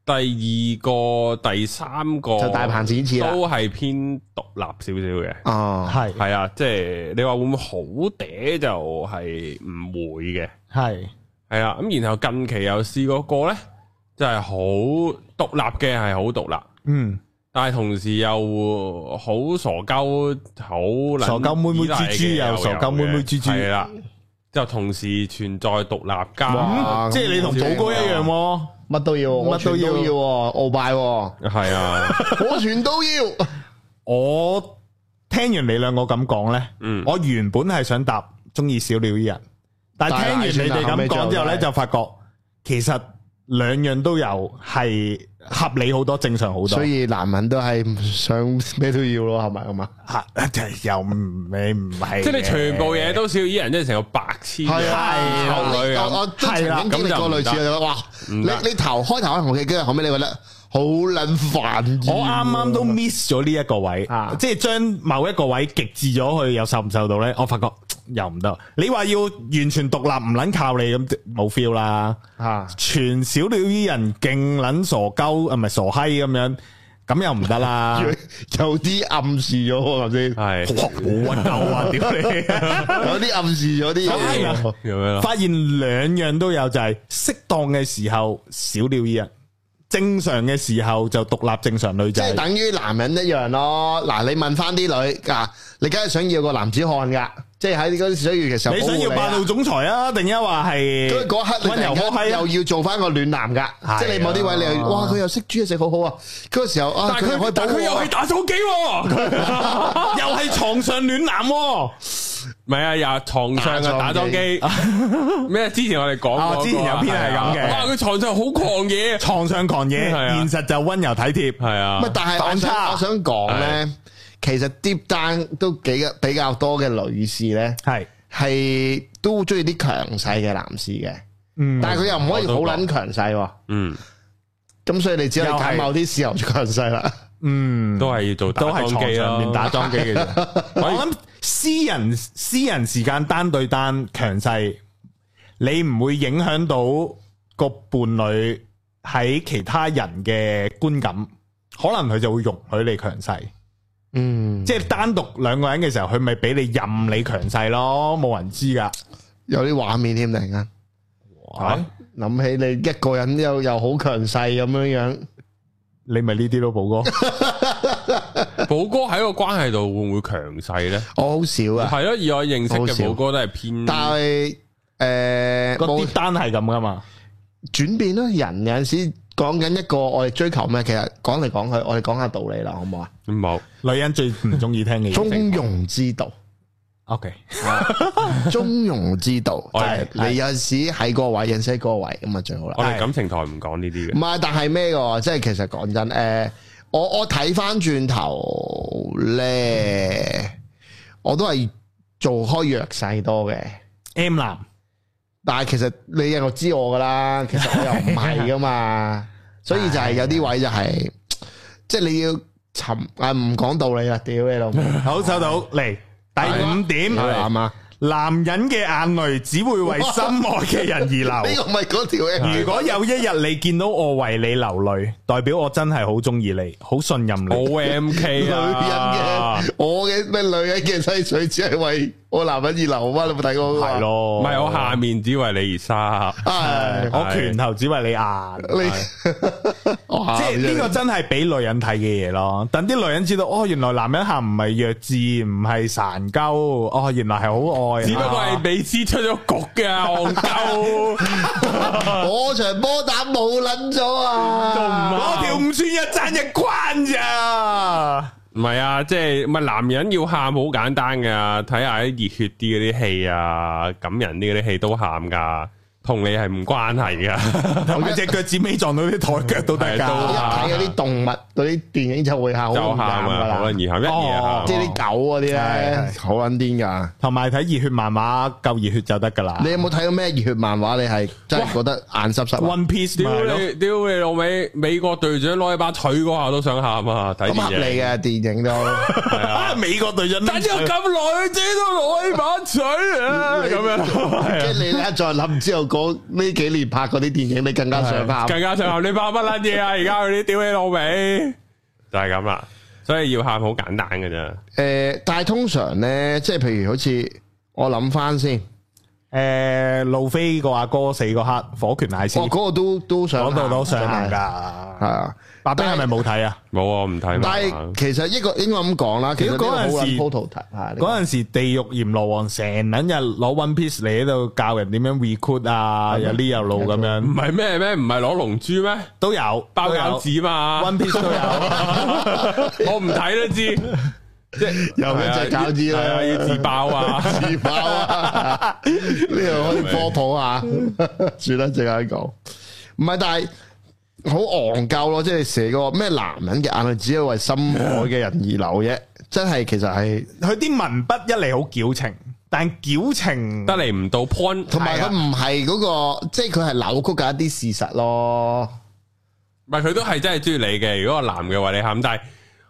A: 第二個、第三個
C: 就大鵬展翅啦
A: 都係偏獨立少少嘅。
C: 哦，
B: 係
A: 係啊，即係你話會唔會好嗲就係唔會嘅，
B: 係
A: 係啊。咁然後近期又試過個呢，就係好獨立嘅，係好獨立，
B: 嗯
A: 但係同時又好傻鳩，好撚
B: 傻鳩妹妹
A: 依賴嘅
B: 豬豬又
A: 有
B: 傻鳩妹妹豬豬
A: 係啦，就同時存在獨立
C: 哇
A: 加
C: 啊
B: 嗯，即係你同寶哥一樣喎。
C: 乜都要，我
B: 乜都
C: 全
B: 要
C: 都要喎，鳌拜喎
A: 係啊，
C: 我全都要。
B: 我聽完你兩個咁講呢，
A: 嗯
B: 我原本係想答中意小鳥依人，但係聽完你哋咁講之後呢，
C: 但係
B: 就發覺其實兩樣都有，係合理好多，正常好多。
C: 所以男人都係唔想 咩都要咯，係咪咁啊？
B: 嚇 就係又唔你唔係嘅，
A: 即係你全部嘢都小依人，即係成個啊白痴嘅
B: 啊
C: 我
A: 臭女
C: 啊
A: 啊咁。
C: 我我都曾經經歷過類似
A: 係
C: 嘅，哇！
A: 唔
C: 你
A: 得
C: 你頭開頭可能 OK，跟住後尾你覺得好撚煩。
B: 我啱啱都 miss 咗呢一個位，
C: 啊
B: 即係將某一個位極致咗去，又受唔受到呢？我發覺又唔得。你話要完全獨立唔撚靠你咁，冇 feel 啦。
C: 啊，
B: 全小鳥依人勁撚傻鳩，啊唔係傻閪咁樣，咁又唔得啦。
C: 有啲暗示咗喎，頭先
A: 係
B: 好核突啊！屌 你！
C: 有啲暗示咗啲
B: 係
C: 嘢
B: 啊。
A: 咁樣咯。
B: 發現兩樣都有，就係適當嘅時候小鳥依人，正常嘅時候就獨立正常女
C: 即
B: 仔，
C: 係等於男人一樣咯。嗱，你問翻啲女嗱，你梗係想要個男子漢噶，即係喺嗰啲水月嘅時候，
B: 你想要霸道總裁啊？定一話係
C: 佢嗰刻你啊突
B: 温柔
C: 然
B: 可
C: 間
B: 欺啊
C: 又？要做翻個暖男
B: 係
C: 噶
B: 啊，
C: 即係你某啲位你又哇佢又識煮嘢食好好啊，嗰個時候啊
A: 但係佢
C: 又可以保
A: 但係
C: 護
A: 佢又
C: 我
A: 係打手機喎，
B: 又係床上暖男喎，
A: 唔係啊，又床上嘅打
C: 打
A: 手
C: 樁
A: 機 咩？之前我哋講
B: 啊
A: 過，
B: 之前有篇係咁嘅
A: 哇，佢床上好狂 野，
B: 床上狂野，
A: 係啊
B: 現實就温柔體貼。
A: 係啊
C: 唔係，，但係我
B: 反差
C: 想我想講咧，其實 deep down 都幾個比較多嘅女士咧，
B: 係，
C: 係都中意啲強勢嘅男士嘅，
B: 嗯，
C: 但係佢又唔可以好撚強勢喎，
A: 嗯，
C: 咁所以你只可以
B: 又係
C: 揀某啲時候強勢啦。
B: 嗯，
A: 都係要做打
B: 都係
A: 樁
B: 床
A: 機啊
B: 上面
A: 咯。
B: 打樁機嘅啫。 我諗私人私人時間單對單強勢，你唔會影響到個伴侶喺其他人嘅觀感，可能佢就會容許你強勢。
C: 嗯，
B: 即係單獨兩個人嘅時候，佢咪俾你任你強勢咯，冇人知噶。
C: 有啲畫面添，突然間
B: 啊
C: 諗起你一個人又又好強勢咁樣樣，
B: 你咪呢啲咯，寶哥。
A: 寶哥喺個關係度會唔會強勢咧？
C: 我好少啊，
A: 係咯，以我認識
C: 好
A: 嘅
C: 少
A: 寶哥都係偏，
C: 但係誒
B: 個
C: 冇
B: 啲單係咁噶嘛，
C: 轉變咯，人有陣時講緊一個我哋追求咩，其實講嚟講去，我哋講下道理啦，好唔好啊？
A: 冇
B: 女人最唔中意聽嘅
C: 中
B: 嘢。
C: 庸之道。
B: O K，
C: 中庸之道，就
A: 我
C: 係
A: 哋
C: 你有陣時喺嗰個位，認識嗰個位咁啊最好啦。
A: 我哋感情台唔講呢啲
C: 唔
A: 嘅，
C: 係，但係咩喎？即係其實講真，誒、呃我我睇翻轉頭咧，我都係做開弱勢多嘅。
B: M 男
C: 但係其實你又知我 噶啦，其實我又唔係噶嘛，所以就係有啲位就係、即係你要尋啊唔講道理啦，屌你老母，
B: 好收到嚟第五
C: 係
B: 點，
C: 嘛？
B: 男人嘅眼淚只會為心愛嘅人而
C: 呢
B: 流。
C: 個咪嗰條
B: 如果有一日你見到我為你流淚，代表我真係好中意你，好信任你。
A: O M
C: 女
A: K
C: 人
A: 啊
C: 嘅，，我嘅咩女人嘅西水只係為我男人而流啊！你有冇睇過？
B: 係，咯，
A: 唔係我下面只為你而生。
C: 唉，
B: 我拳頭只為你硬。即
C: 你 即
B: 係呢個真係俾女人睇嘅嘢咯，等啲女人知道哦，原來男人喊唔係弱智，唔係殘鳩，哦，原來係好愛，
A: 只不過係美斯出咗局嘅戇鳩，
C: 個我場波打冇撚咗啊！
B: 我條五寸一爭一關咋，
A: 唔係啊，即係唔係男人要喊好簡單噶，睇下啲熱血啲嗰啲戲啊，感人啲嗰啲戲都喊噶，同你係唔關係噶，
B: 同埋隻腳趾尾撞到啲台腳都得
A: 係都
C: 一
A: 得
B: 㗎。
C: 睇嗰啲動物嗰啲電影就會喊，好
A: 就
C: 唔
A: 喊
C: 啱噶
A: 啊，好
C: 啦，
A: 撚易喊，一夜喊
C: 即。係啲狗嗰啲
B: 係
C: 咧，
B: 係
C: 好撚癲噶。
B: 同埋睇熱血漫畫夠熱血就得㗎啦。
C: 你有冇睇過咩熱血漫畫？你係真係覺得眼濕濕啊？
B: One Piece 咪
A: 屌
B: 係咯
A: 你，屌你老味！美國隊長攞起把錘嗰下都想喊啊！睇
C: 咁合
A: 電
C: 理
A: 影，
C: 嘅電影 都，
B: 啊美國隊長
A: 等咗咁耐，自己都攞起把錘啊！
C: Ừ.
A: 咁樣
C: 即係你咧再諗之後嗰呢幾年拍嗰啲電影，你更加想喊。
A: 更加想喊你爆乜撚嘢啊！而家嗰啲屌你老味，就係咁啦。所以要喊好簡單嘅啫。
C: 诶、但係通常咧，即係譬如好似我諗翻先，
B: 誒路飛個阿哥死嗰刻，火拳大師
C: 我嗰、個都都想
B: 嗰度都上
C: 行
B: 行
C: 係
B: 㗎。
C: 啊。
B: 白冰係咪冇睇啊？
A: 冇啊，唔睇
C: 但
A: 嘛
C: 係。其實一個應該咁講啦，其實呢個好
B: 嗰陣時
C: 撚 total 睇啊。
B: 嗰陣時，地獄閻羅王成撚日攞 One Piece 嚟喺度教人點樣 recruit 啊，有呢有路咁
A: 唔
B: 樣
A: 係咩咩？唔係攞龍珠咩？
B: 都有
A: 包餃子嘛。
B: ，One Piece 都有。
A: 我唔睇都知，即係
C: 又一隻餃子啦
A: 係啊要自爆啊！
C: 時爆啊！呢度可以科普下，嗯算啦，淨係講。唔係，但係好戇鳩咯，即係寫嗰個咩男人嘅眼淚，只係為心愛嘅人而流啫。真係其實係，
B: 佢啲文筆一嚟好矯情，但矯情
A: 得嚟唔到 point，
C: 同埋
B: 係啊
C: 佢唔係嗰個，即係佢係扭曲嘅一啲事實咯。
A: 唔係佢都係真係中意你嘅。如果個男嘅話你喊，但係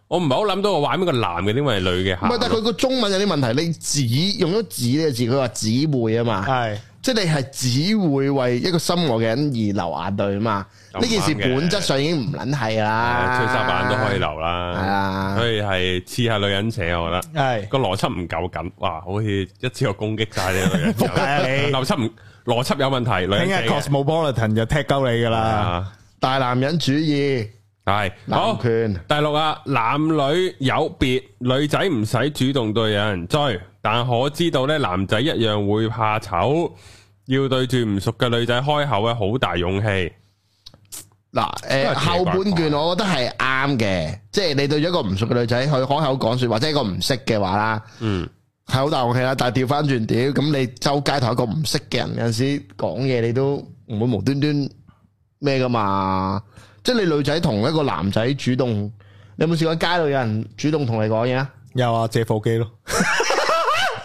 A: 我唔係好諗到我玩邊個男嘅，點為女嘅
C: 唔
A: 喊
C: 係，。但係佢個中文有啲問題。你姊用咗姊呢個字，佢話姊妹啊嘛，
B: 係
C: 即係你係只會為一個心愛嘅人而流眼淚啊嘛。
A: 咁
C: 呢件事
A: 啱嘅
C: 本質上已經唔撚係啦，
A: 啊吹沙板都可以流啦，
C: 係啊
A: 所以係黐下女人邪，我覺得
B: 係
A: 個邏輯唔夠緊，哇，好似一次過攻擊晒呢個女人邪，
B: 係啊你
A: 邏輯唔邏輯有問題，女
B: 聽
A: 人邪
B: 日
A: 嘅
B: Cosmopolitan 就踢鳩你㗎啦。
A: 啊，
C: 大男人主義、
A: 系好
C: 男。權。
A: 第六啊，男女有別，女仔唔使主動對有人追，但可知道咧，男仔一樣會怕醜，要對住唔熟嘅女仔開口嘅好大勇氣。
C: 嗱，誒、
A: 真係奇怪
C: 後半段我覺得係啱嘅，即係你對咗一個唔熟嘅女仔去開口講説話，或者一個唔識嘅話啦，
A: 嗯，
C: 係好大勇氣啦。但係調翻轉屌，咁你周街同一個唔識嘅人有陣時講嘢，你都唔會無端端咩噶嘛。即係你女仔同一個男仔主動，你有冇試過喺街度有人主動同你講嘢啊？
B: 又話借火機咯，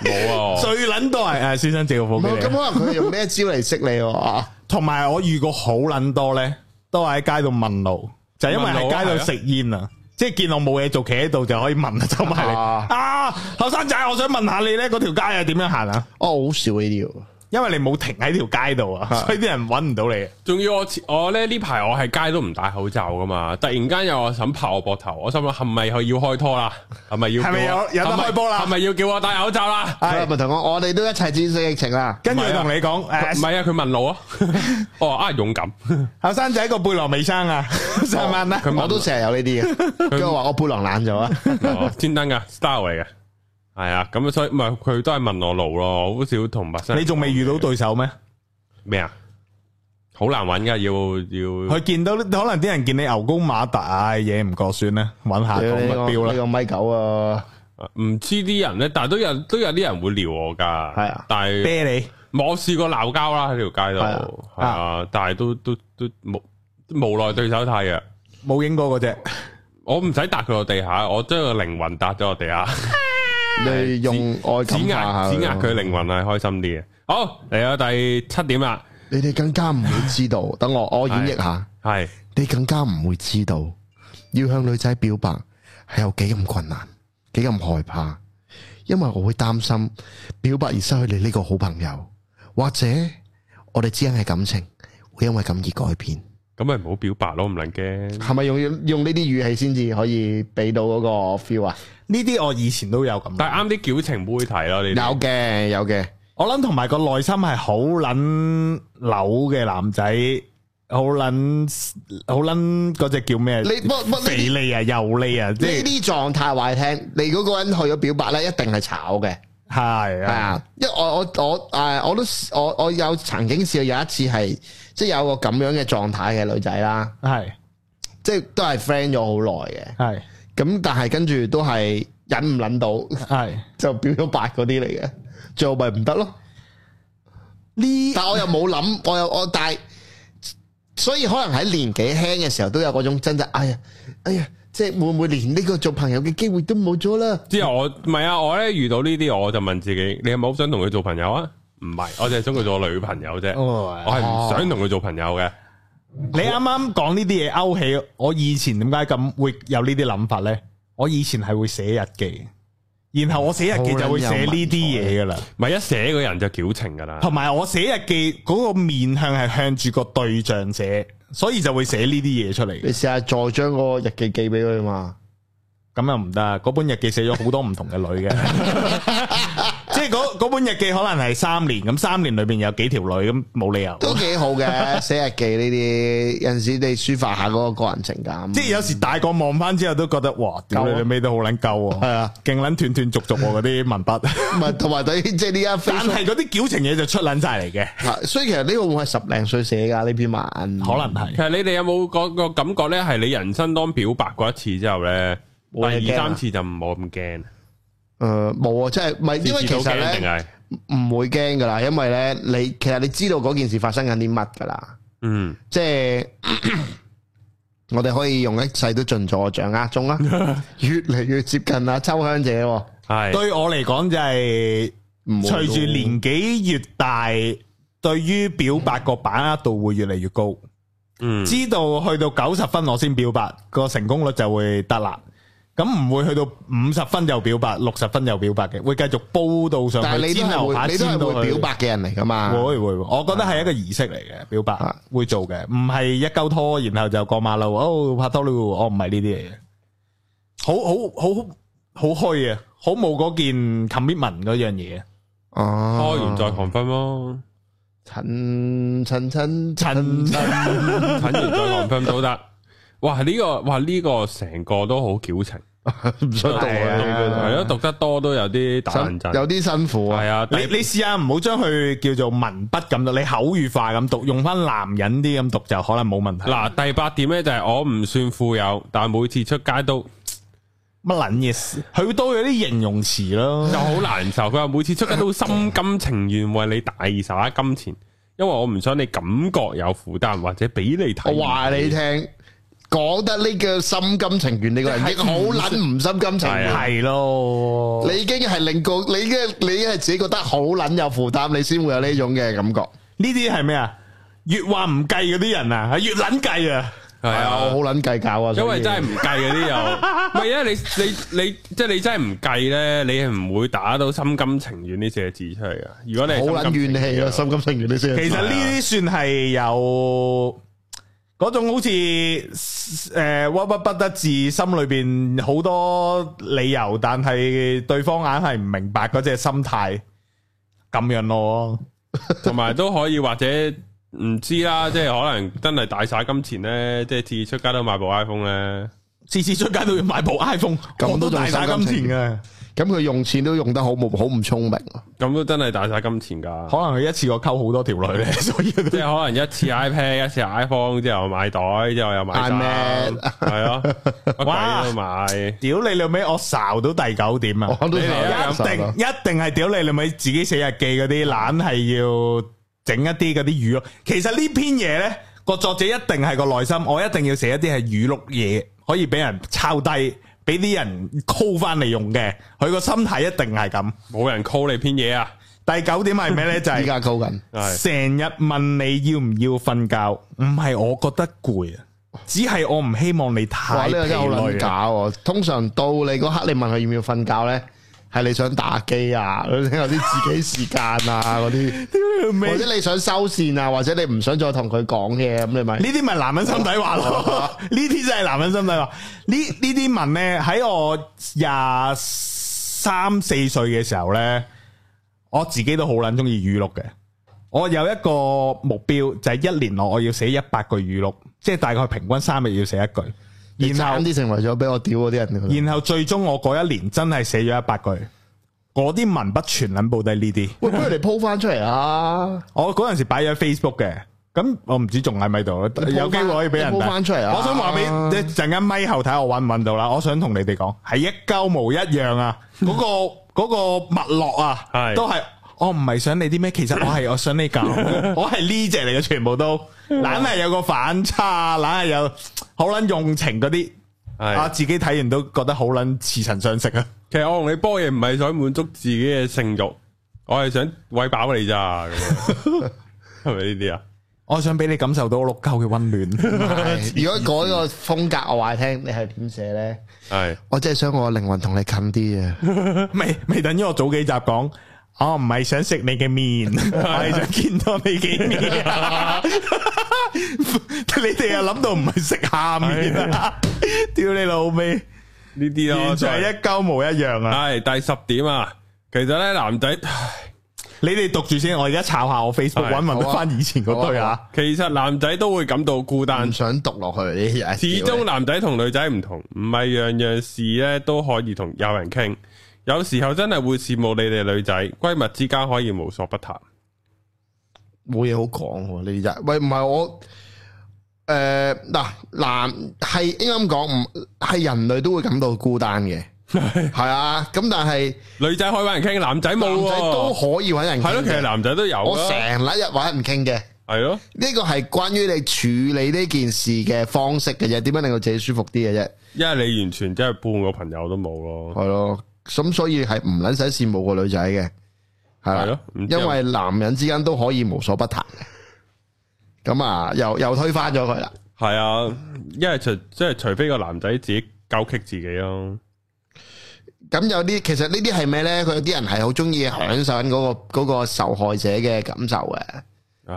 A: 冇啊我，
B: 最撚多係诶先生借個火
C: 唔
B: 機
C: 係咁
B: 嚟，
C: 可能佢用咩招嚟識你喎？
B: 同埋我遇過好撚多咧，都係喺街度問路，就係因為喺街度食煙啊。即係見我冇嘢做，企喺度就可以問啊，走埋嚟
C: 啊
B: 啊！後生仔，我想問下你咧，嗰條街係點樣行啊？
C: 哦，好少呢啲喎。
B: 因為你冇停喺條街度啊，所以啲人揾唔到啊你。
A: 仲要我前我咧呢排我係街都唔戴口罩噶嘛，突然間有我嬸拍我膊頭，我心諗係咪佢要開拖啦？係咪要叫我？
B: 係咪有有得
A: 係咪
B: 開波啦
A: 係咪要叫我戴口罩啦？
C: 佢咪同我，我哋都一齊戰勝疫情啦。
B: 跟住佢同你講，
A: 唔
B: 诶，
A: 係啊，佢問路啊， 哦啊勇敢，
B: 後生仔個背囊未生啊，
A: 哦
B: 想問啊。
C: 我都成日有呢啲嘅，跟住我話我背囊爛 咗啊。
A: 哦專登噶 style 嚟嘅，係啊，咁所以唔係佢都係問我路咯，好少同陌生人。
B: 你仲未遇到對手咩？
A: 咩啊？好難揾噶，要要
B: 佢見到可能啲人見你牛高馬大，嘢唔過算啦，揾
A: 啊
B: 下
C: 屌
B: 講
C: 你
B: 目
C: 個
B: 標
C: 呢
B: 啦。
C: 個米九啊，
A: 唔知啲人咧，但係都有都有啲人會撩我噶，
C: 係啊
A: 但係
B: 啤你
A: 我試過鬧交啦喺條街度，係
B: 係啊
A: 啊，但係都都都冇無奈對手太弱，
B: 冇影過嗰只，
A: 我唔使搭佢落地下，我將個靈魂搭咗落地下，
C: 你用愛
A: 指
C: 感
A: 壓
C: 化下啊
A: 指壓佢靈魂係開心啲嘅。好嚟啊，第七點啦，
C: 你哋更加唔會知 道。等我我演繹下，
A: 係
C: 你更加唔會知道，要向女仔表白係有幾咁困難，幾咁害怕，因為我會擔心表白而失去你呢個好朋友，或者我哋之間嘅感情會因為咁而改變。
A: 咁咪唔好表白咯，唔能驚。
C: 係咪用用呢啲語氣先至可以俾到嗰個 feel 啊？
B: 呢啲我以前都有咁。
A: 但係啱啲矯情妹睇咯，你
C: 有嘅，有嘅。
B: 我諗同埋個內心係好撚扭嘅男仔，好撚好撚嗰只叫咩？
C: 你不不呢啲
B: 肥膩啊，油膩啊，即
C: 呢
B: 係
C: 啲狀態話你聽，你嗰個人去咗表白咧，一定係炒嘅，
B: 係
C: 係
B: 啊。
C: 啊，因為我我我誒我都我我有曾經試過有一次係即係有個咁樣嘅狀態嘅女仔啦，
B: 係
C: 即係都係 friend 咗好耐嘅，
B: 係
C: 咁但係跟住都係忍唔撚到
B: 係
C: 就表咗白嗰啲嚟嘅，最後咪唔得咯。
B: 呢
C: 但我又冇諗，我又我但係，所以可能喺年紀輕嘅時候都有嗰種掙扎，哎呀哎呀，即係會唔會連呢個做朋友嘅機會都冇咗啦？
A: 之後我唔係啊，我咧遇到呢啲我就問自己，你係咪好想同佢做朋友啊？唔係，我就係想佢做我女朋友啫，
B: 哦
A: 我係唔想同佢做朋友嘅。
B: 你啱啱講呢啲嘢勾起我以前點解咁會有呢啲諗法呢？我以前係會寫日記，然後我寫日記就會寫呢啲嘢
C: 啊
B: 噶啦，
A: 唔係一寫個人就矯情噶啦。
B: 同埋我寫日記嗰個面向係向住個對象寫，所以就會寫呢啲嘢出嚟
C: 你。試下再將個日記寄俾佢嘛，
B: 咁又唔得，啊嗰本日記寫咗好多唔同嘅女 嘅，即係嗰嗰本日記可能係三年，咁三年裏邊有幾條女，咁冇理由。
C: 都幾好 嘅。寫日記呢啲，有陣時你抒發下嗰個個人情感。
B: 即係有時大個望翻之後都覺得，哇！屌你
C: 夠啊
B: 老尾都好撚鳩
C: 係
B: 喎，
C: 啊，
B: 勁撚斷斷續續喎嗰啲文筆。
C: 唔係啊同埋對於即係呢家
B: 但
C: Facebook，
B: 係嗰啲矯情嘢就出撚晒嚟嘅，
C: 所以其實呢個會係十零歲寫㗎呢篇文，
B: 可能
A: 其
B: 係。
C: 嗯
A: 實你哋有冇個個感覺咧？係你人生當表白過一次之後咧，第
C: 冇嘢
A: 二
C: 驚啊
A: 三次就唔冇咁驚，
C: 誒冇啊，即係唔係因為
A: 次
C: 其
A: 次都
C: 實
A: 驚定
C: 咧
A: 係
C: 唔會驚㗎啦，因為咧你其實你知道嗰件事發生緊啲乜㗎啦，
A: 嗯
C: 即 係我哋可以用一世都盡在我掌握中啦，啊 越嚟越接近啊秋香姐喎，
A: 係
B: 對我嚟講就係
C: 唔會
B: 隨住
C: 咯
B: 年紀越大，對於表白個把握度會越嚟越高。
A: 嗯
B: 知道去到九十分我先表白，個成功率就會得啦。咁唔會去到五十分就表白，六十分就表白嘅，會繼續煲到上
C: 但係
B: 去
C: 你都
B: 煎牛
C: 係
B: 扒
C: 會，你都
B: 煎
C: 係
B: 到
C: 會
B: 去
C: 表。白嘅人嚟㗎嘛？
B: 會會，我覺得係一個儀式嚟嘅，表白
C: 啊
B: 會做嘅，唔係一鳩拖然後就過馬路，哦拍拖咯，我唔係呢啲嚟嘅，好好好好虛啊，好冇嗰件 commitment 嗰樣嘢啊，
C: 哦，
A: 拖完再狂婚咯，
C: 陳陳陳
B: 陳
C: 陳
A: 睇完再 confirm 都得。哇！呢、個哇呢、個成個都好矯情，
C: 唔想讀
B: 係啊
A: 係咯，
C: 啊，
A: 讀得多都有啲打冷震，
C: 有啲辛苦啊
A: 係。啊，
B: 你
A: 第
B: 你试下唔好將佢叫做文筆咁讀，你口語化咁讀，用翻男人啲咁讀就可能冇問題。
A: 嗱第八點咧就係我唔算富有，但每次出街都
B: 乜捻嘢事？佢都有啲形容詞咯
A: 就。好難受。佢話每次出街都心甘情願為你大灑啊金錢，因為我唔想你感覺有負擔或者俾你睇。
C: 我話你，聽，講得呢個心甘情願，你個人已經好撚唔心甘情
A: 啊
C: 願。
B: 係咯，
C: 你已經係令個你已經你已經係自己覺得好撚有負擔，你先會有呢種嘅感覺。
B: 呢啲係咩啊？越話唔計嗰啲人啊，係越捻計啊！
A: 係
C: 係啊，
A: 啊
C: 我好。撚計較啊，
A: 因
C: 所
A: 為
C: 以
A: 真係唔計嗰啲又，唔係因為你你你即係你真係唔計咧，你係唔會打到心甘情願呢四個字出嚟噶。如果你係心
C: 好撚
A: 甘情
C: 怨
A: 願
C: 氣啊，心甘情願你先。
B: 其實呢啲算係有嗰種好似诶屈屈不得志，心裏边好多理由，但係對方硬係唔明白嗰只心態咁樣咯。
A: 同埋都可以或者唔知啦，即係可能真係大晒金錢咧，即係次次出街都買部 iPhone 咧，
B: 次次出街都要買部 iPhone，
C: 咁
B: 我都
C: 都仲
B: 大打金錢嘅。
C: 咁佢用錢都用得好冇好唔聰明啊。
A: 咁都真係大晒金錢
B: 可
A: 㗎。
B: 能佢一次過溝好多條女咧，所 以
A: 即係可能一次 iPad，一次 iPhone 之後買袋，之後又買衫，
C: iMac
A: 係 咯，乜
B: 哇
A: 鬼都買。
B: 屌你老尾，我睄到第九點啊！
C: 我都
A: 你嚟啊
B: 一定一定係屌你老味，自己寫日記嗰啲懶係要整一啲嗰啲語錄。其實呢篇嘢呢個作者一定係個內心，我一定要寫一啲係語錄嘢，可以俾人抄低，俾啲人 call 翻嚟用嘅。佢個心態一定係咁。
A: 冇人 call 你篇嘢啊，
B: 第九點係咩呢？就
C: 依
B: 係
C: 家高緊，
A: 係
B: 成日問你要唔要瞓覺，唔係我覺得攰啊，只係我唔希望你
C: 哇！
B: 太
C: 呢
B: 疲
C: 個真係好
B: 累
C: 撚
B: 啊。
C: 搞喎。通常到你嗰刻，你問佢要唔要瞓覺咧，係你想打機啊， 有啲自己時間啊嗰啲。
B: 屌你老
C: 或
B: 味
C: 者你想收線啊，或者你唔想再同佢講嘢，咁你咪
B: 呢啲咪男人心底話 咯，呢啲真係男人心底話。呢呢啲問呢，喺我廿三四歲嘅時候呢，我自己都好撚中意語錄嘅。我有一個目標就係、一年內我要寫一百句語錄，即係大概平均三日要寫一
C: 你
B: 句，然
C: 爭
B: 後
C: 啲成為咗俾我屌嗰啲人。
B: 然後最終我嗰一年真係寫咗一百句。嗰啲文筆全撚報低呢啲，
C: 喂，不如你鋪翻出 嚟啊！
B: 我嗰陣時擺咗喺 Facebook 嘅，咁我唔知仲喺咪度，
C: 你
B: 有
C: 鋪
B: 機
C: 返
B: 會可以俾人
C: 你鋪
B: 睇
C: 翻出嚟啊！
B: 我想話俾一陣間咪後睇我揾唔揾到啦，我想同你哋講係一鳩模一樣啊！ 嗰、個嗰個脈絡啊，
A: 係
B: 都係我唔係想你啲咩，其實我 係我想你咁，我係呢只嚟嘅，全部都
C: 哦
B: 懶係有個反差，懶係有好撚用情嗰啲，啊
A: 係。
B: 自己睇完都覺得好撚似曾相識啊！
A: 其實我同你波嘢唔係想滿足自己嘅性慾，我係想喂飽你咋 咁樣，係咪呢啲啊？
B: 我想俾你感受到我碌鳩嘅温暖，
C: 係如果嗰個風格我話你聽，你係點寫咧？
A: 係
C: 我真係想我嘅靈魂同你近啲啊！
B: 未未等於我早幾集講。我唔係想食你嘅面，我係想見到你嘅面。你哋又諗到唔係食下面啊？屌你老味，
A: 呢啲咯，
B: 完全係
A: 真係
B: 一鳩模一樣啊！
A: 系第十點啊，其實咧男仔，
B: 你哋讀住先，我而家抄下我 Facebook
A: 係
B: 揾揾
C: 好啊
B: 翻以前嗰堆
C: 好
B: 啊
C: 啊！
A: 其實男仔都會感到孤單
C: 唔。想讀落去呢
A: 始
C: 啲嘢，
A: 終男仔同女仔唔同，唔係樣樣事咧都可以同有人傾。有時候真係會羨慕你哋女仔，閨蜜之間可以無所不談。
C: 冇嘢好講喎。呢啲真係喂，唔係我誒嗱男係應該咁講，唔係人類都會感到孤 單嘅，係啊。咁但係
A: 女仔可以搵人傾，男仔冇
C: 男仔都
A: 喎。
C: 可以揾人傾
A: 係
C: 嘅
A: 咯，其實男仔都有
C: 我
A: 啊。
C: 成日日揾人傾嘅。
A: 係咯，
C: 呢個係關於你處理呢件事嘅方式嘅啫，點樣令到自己舒服啲嘅啫，
A: 因為你完全真係半個朋友都冇咯。
C: 係咯。咁所以係唔撚使羨慕個女仔嘅，係
A: 係
C: 啦
A: 咯，唔知
C: 因為男人之間都可以無所不談嘅。咁啊，又又推翻咗佢啦。
A: 係啊，因為除即係除非個男仔自己鳩棘自己咯。
C: 咁有啲其實呢啲係咩呢？佢有啲人係好中意享受緊嗰個嗰個受害者嘅感受嘅，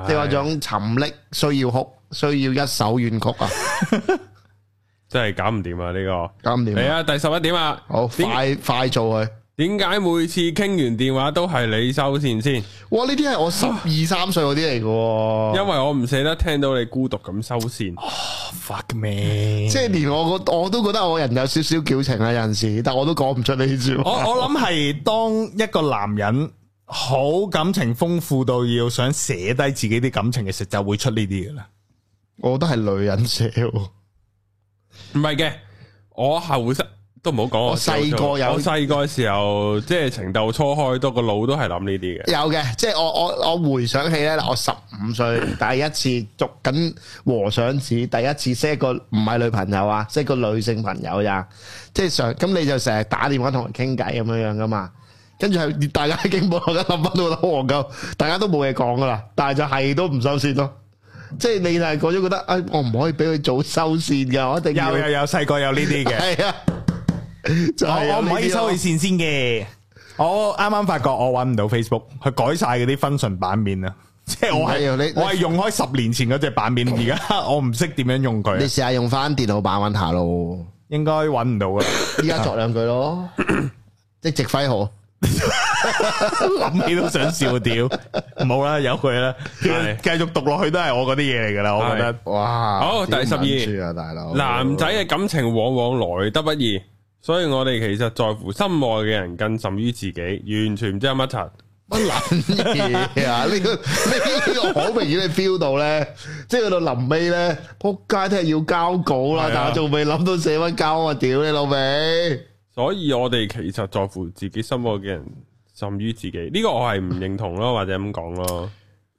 C: 即係嗰種沉溺需要哭，需要一首怨曲啊，
A: 真係搞唔掂啊！呢個
C: 搞唔掂
A: 嚟
C: 啊。
A: 啊，第十一點啊，
C: 好
A: 點
C: 快快做佢，
A: 点解每次傾完電話都係你收線先？
C: 哇！呢啲係我十二三歲嗰啲嚟嘅
A: 啊因
C: 喎，
A: 為我唔捨得聽到你孤獨咁收線。
C: 哦
B: Oh, fuck me，
C: 即係連我個我都覺得我人有少少矯情啊，有陣時，但我都講唔出呢啲
B: 我
A: 哦
C: 招。
B: 我谂系当一个男人好感情丰富到要想写低自己啲感情嘅时候，就会出呢啲嘅啦。
C: 我覺得係女人寫喎，
A: 唔係嘅，我後生都唔好講。
C: 我細個有
A: 我細個嘅時候，即係情竇初開，多個腦都係諗呢啲嘅。
C: 有嘅，即係我我我回想起咧，我十 五歲第一次捉緊和尚子，第一次識一個唔係女朋友啊，識一個女性朋友咋，即係上咁你就成日打電話同人傾偈咁樣樣噶嘛。跟住係大家經過我嘅諗翻到好戇鳩，大家都冇嘢講噶啦，但係就係都唔收線咯。即係你就係嗰種覺得，哎，我唔可以俾佢早收線噶，我一定要
B: 有有有，细个有呢啲嘅。
C: 係啊，就係
B: 我
C: 有
B: 我唔
C: 呢
B: 可以
C: 啲咯
B: 收佢線先嘅。我啱啱發覺我搵唔到 Facebook，佢改晒嗰啲 function 版面啊， 即係我
C: 唔緊要
B: 係
C: 你
B: 我係用開十年前嗰隻版 面，而家我唔識點樣用
C: 你
B: 佢，啊
C: 試下用翻電腦版揾下咯，
B: 應該搵唔到 啊。
C: 依家作兩句咯，即係直揮好。
B: 諗起都想笑 屌，冇啦，由佢啦，
A: 係
B: 繼續讀落去都係我嗰啲嘢嚟㗎啦，我覺得。
C: 哇！
A: 好第12
C: 點忍住啊，大佬。
A: 男仔嘅感情往往來得不易，所以我哋其實在乎心愛嘅人更甚於自己，完全唔知有乜柒。
C: 乜撚嘢啊？呢個呢個好明顯，你 feel 到咧，即係去到臨尾咧，仆街聽日要交稿啦
A: 係啊，
C: 但係仲未諗到寫乜交啊！屌你老味，
A: 所以我哋其實在乎自己心愛嘅人甚於自己。呢、個我係唔認同咯，或者咁講咯。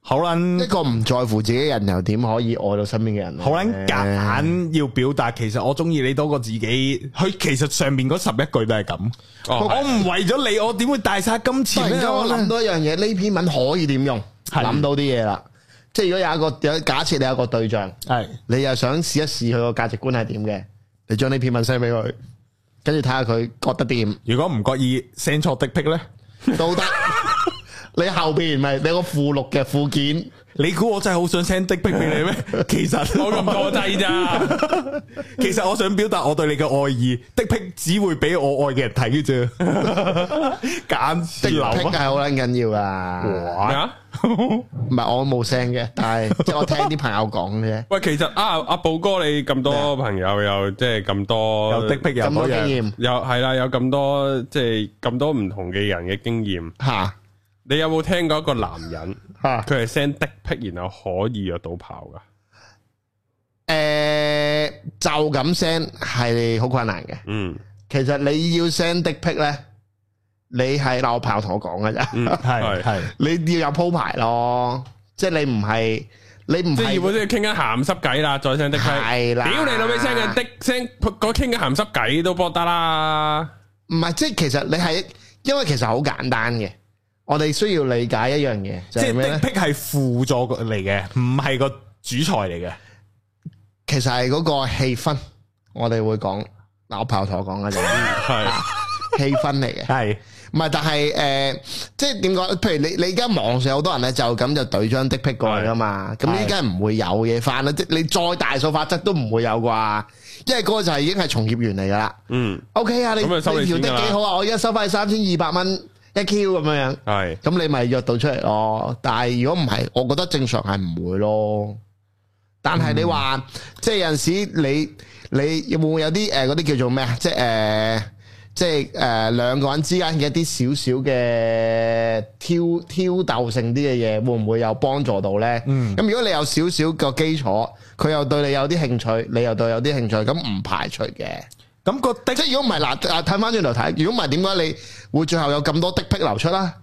B: 好
C: 一
B: 撚
C: 個唔在乎自己嘅人又點可以愛到身邊嘅人呢？
B: 好撚夾硬要表達，其實我中意你多過自己。佢 其實上面嗰十一句都係咁，
A: 哦
B: 我唔為咗你，我點會大晒金
C: 突
B: 錢
C: 然
B: 咧？
C: 間我諗到一樣嘢，呢篇文可以點用？
B: 係
C: 諗到啲嘢啦，即係如果有一個有假設你有一個對象。
B: 係。
C: 你又想試一試佢個價值觀係點嘅，你將呢篇文 send 俾佢，跟住睇下佢覺得掂
B: 如果唔覺意 send 錯的 pic 咧，
C: 都得。你後邊咪你有個附錄嘅附件，
B: 你估我真係好想 send 的 pic 俾你 咩？其實
A: 我咁多掣咋？
B: 其實我想表達我對你嘅愛意，的 pic 只會俾我愛嘅人睇嘅啫， 簡直
C: 的
B: 流
C: 剔
B: 啊！
C: 係好撚緊要噶。
A: 咩
B: 哇，
A: 啊？
C: 唔係我冇聲嘅，但係即係我聽啲朋友講啫，
A: 喂，其實啊，阿寶哥你咁多朋友又即係咁多
B: 有的 pic 又
C: 咁多
B: 嗰
C: 經
B: 樣，
C: 驗
A: 又係啦，有咁多即係咁多唔同嘅人嘅經驗。
C: 嚇
A: 你有冇聽過一個男人
C: 嚇。
A: 佢係 send 的 pic 然後可以約到炮噶？
C: 誒就咁 send 係好困難嘅，
A: 嗯，
C: 其實你要 send 的 pic 咧，你係鬧炮同我講嘅咋，
A: 嗯
B: 係係
C: 你要有鋪排咯，即係你唔係你唔
A: 即
C: 係
A: 係本身傾緊鹹濕偈啦，再 send 的 pic。
C: 係啦，
A: 屌你老味 send 嘅的 send 嗰傾嘅鹹濕偈都搏得啦。
C: 唔係，即係其實你係，因為其實好簡單嘅，我哋需要理解一樣嘢，就
B: 即
C: 係
B: 係
C: 咩
B: 的
C: 咧？
B: pic 係輔助嚟嘅，唔係個主菜嚟嘅。
C: 其實係嗰個氣氛，我哋會講，嗱我炮台講 嘅就係
A: 係
C: 氣氛嚟嘅，
B: 係
C: 唔係，但係誒、呃即係點講？譬如你你而家網上有好多人咧，就咁就懟張的辟過去噶嘛，咁
B: 係
C: 依家唔會有嘢翻啦，即係你再大數法則都唔會有啩，因為嗰個就係已經係從業員嚟噶啦。
A: 嗯
C: OK 啊，你
A: 咁就收你
C: 你條
A: 錢㗎啦
C: 的幾好啊，我而家收翻三千二百蚊一 Q 咁樣樣。
A: 係
C: 咁你咪約到出嚟咯。但係如果唔係，我覺得正常係唔會咯。但係你話，即係有陣時你你有冇有啲誒嗰啲叫做咩啊？即係誒、呃即係誒、呃、兩個人之間嘅一啲少少嘅挑挑逗性啲嘅嘢，會唔會有幫助到呢？咁、如果你有少少個基礎，佢又對你有啲興趣，你又對佢有啲興趣，咁唔排除嘅。
B: 咁個的
C: 即係如果唔係嗱，啊睇翻轉頭睇，如果唔係點解你會最後有咁多的癖流出啦？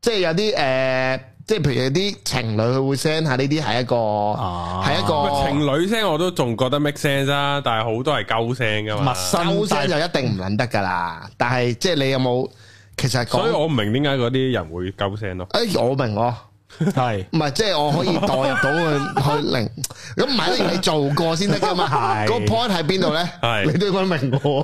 C: 即係有啲誒、呃即係譬如有啲情侶佢會 send 下呢啲係一個
B: 啊
C: 係、
A: 喂情
C: 一
A: 侶聲我都仲覺得 make sense 啦，但係好多係鳩聲噶嘛
B: 陌。
C: 個
B: 生
C: 勾
B: 但
C: 聲啊就一定唔撚得㗎啦。但係即係你有冇其實
A: 所以
C: 講？
A: 我唔明點解嗰啲人會鳩聲咯。
C: 誒、我明我。
B: 係
C: 唔係，即係我可以代入到去 去零，咁唔係一定你做過先得噶嘛？
B: 係
C: 個 point 喺邊度咧？
A: 係
C: 你都應該明我。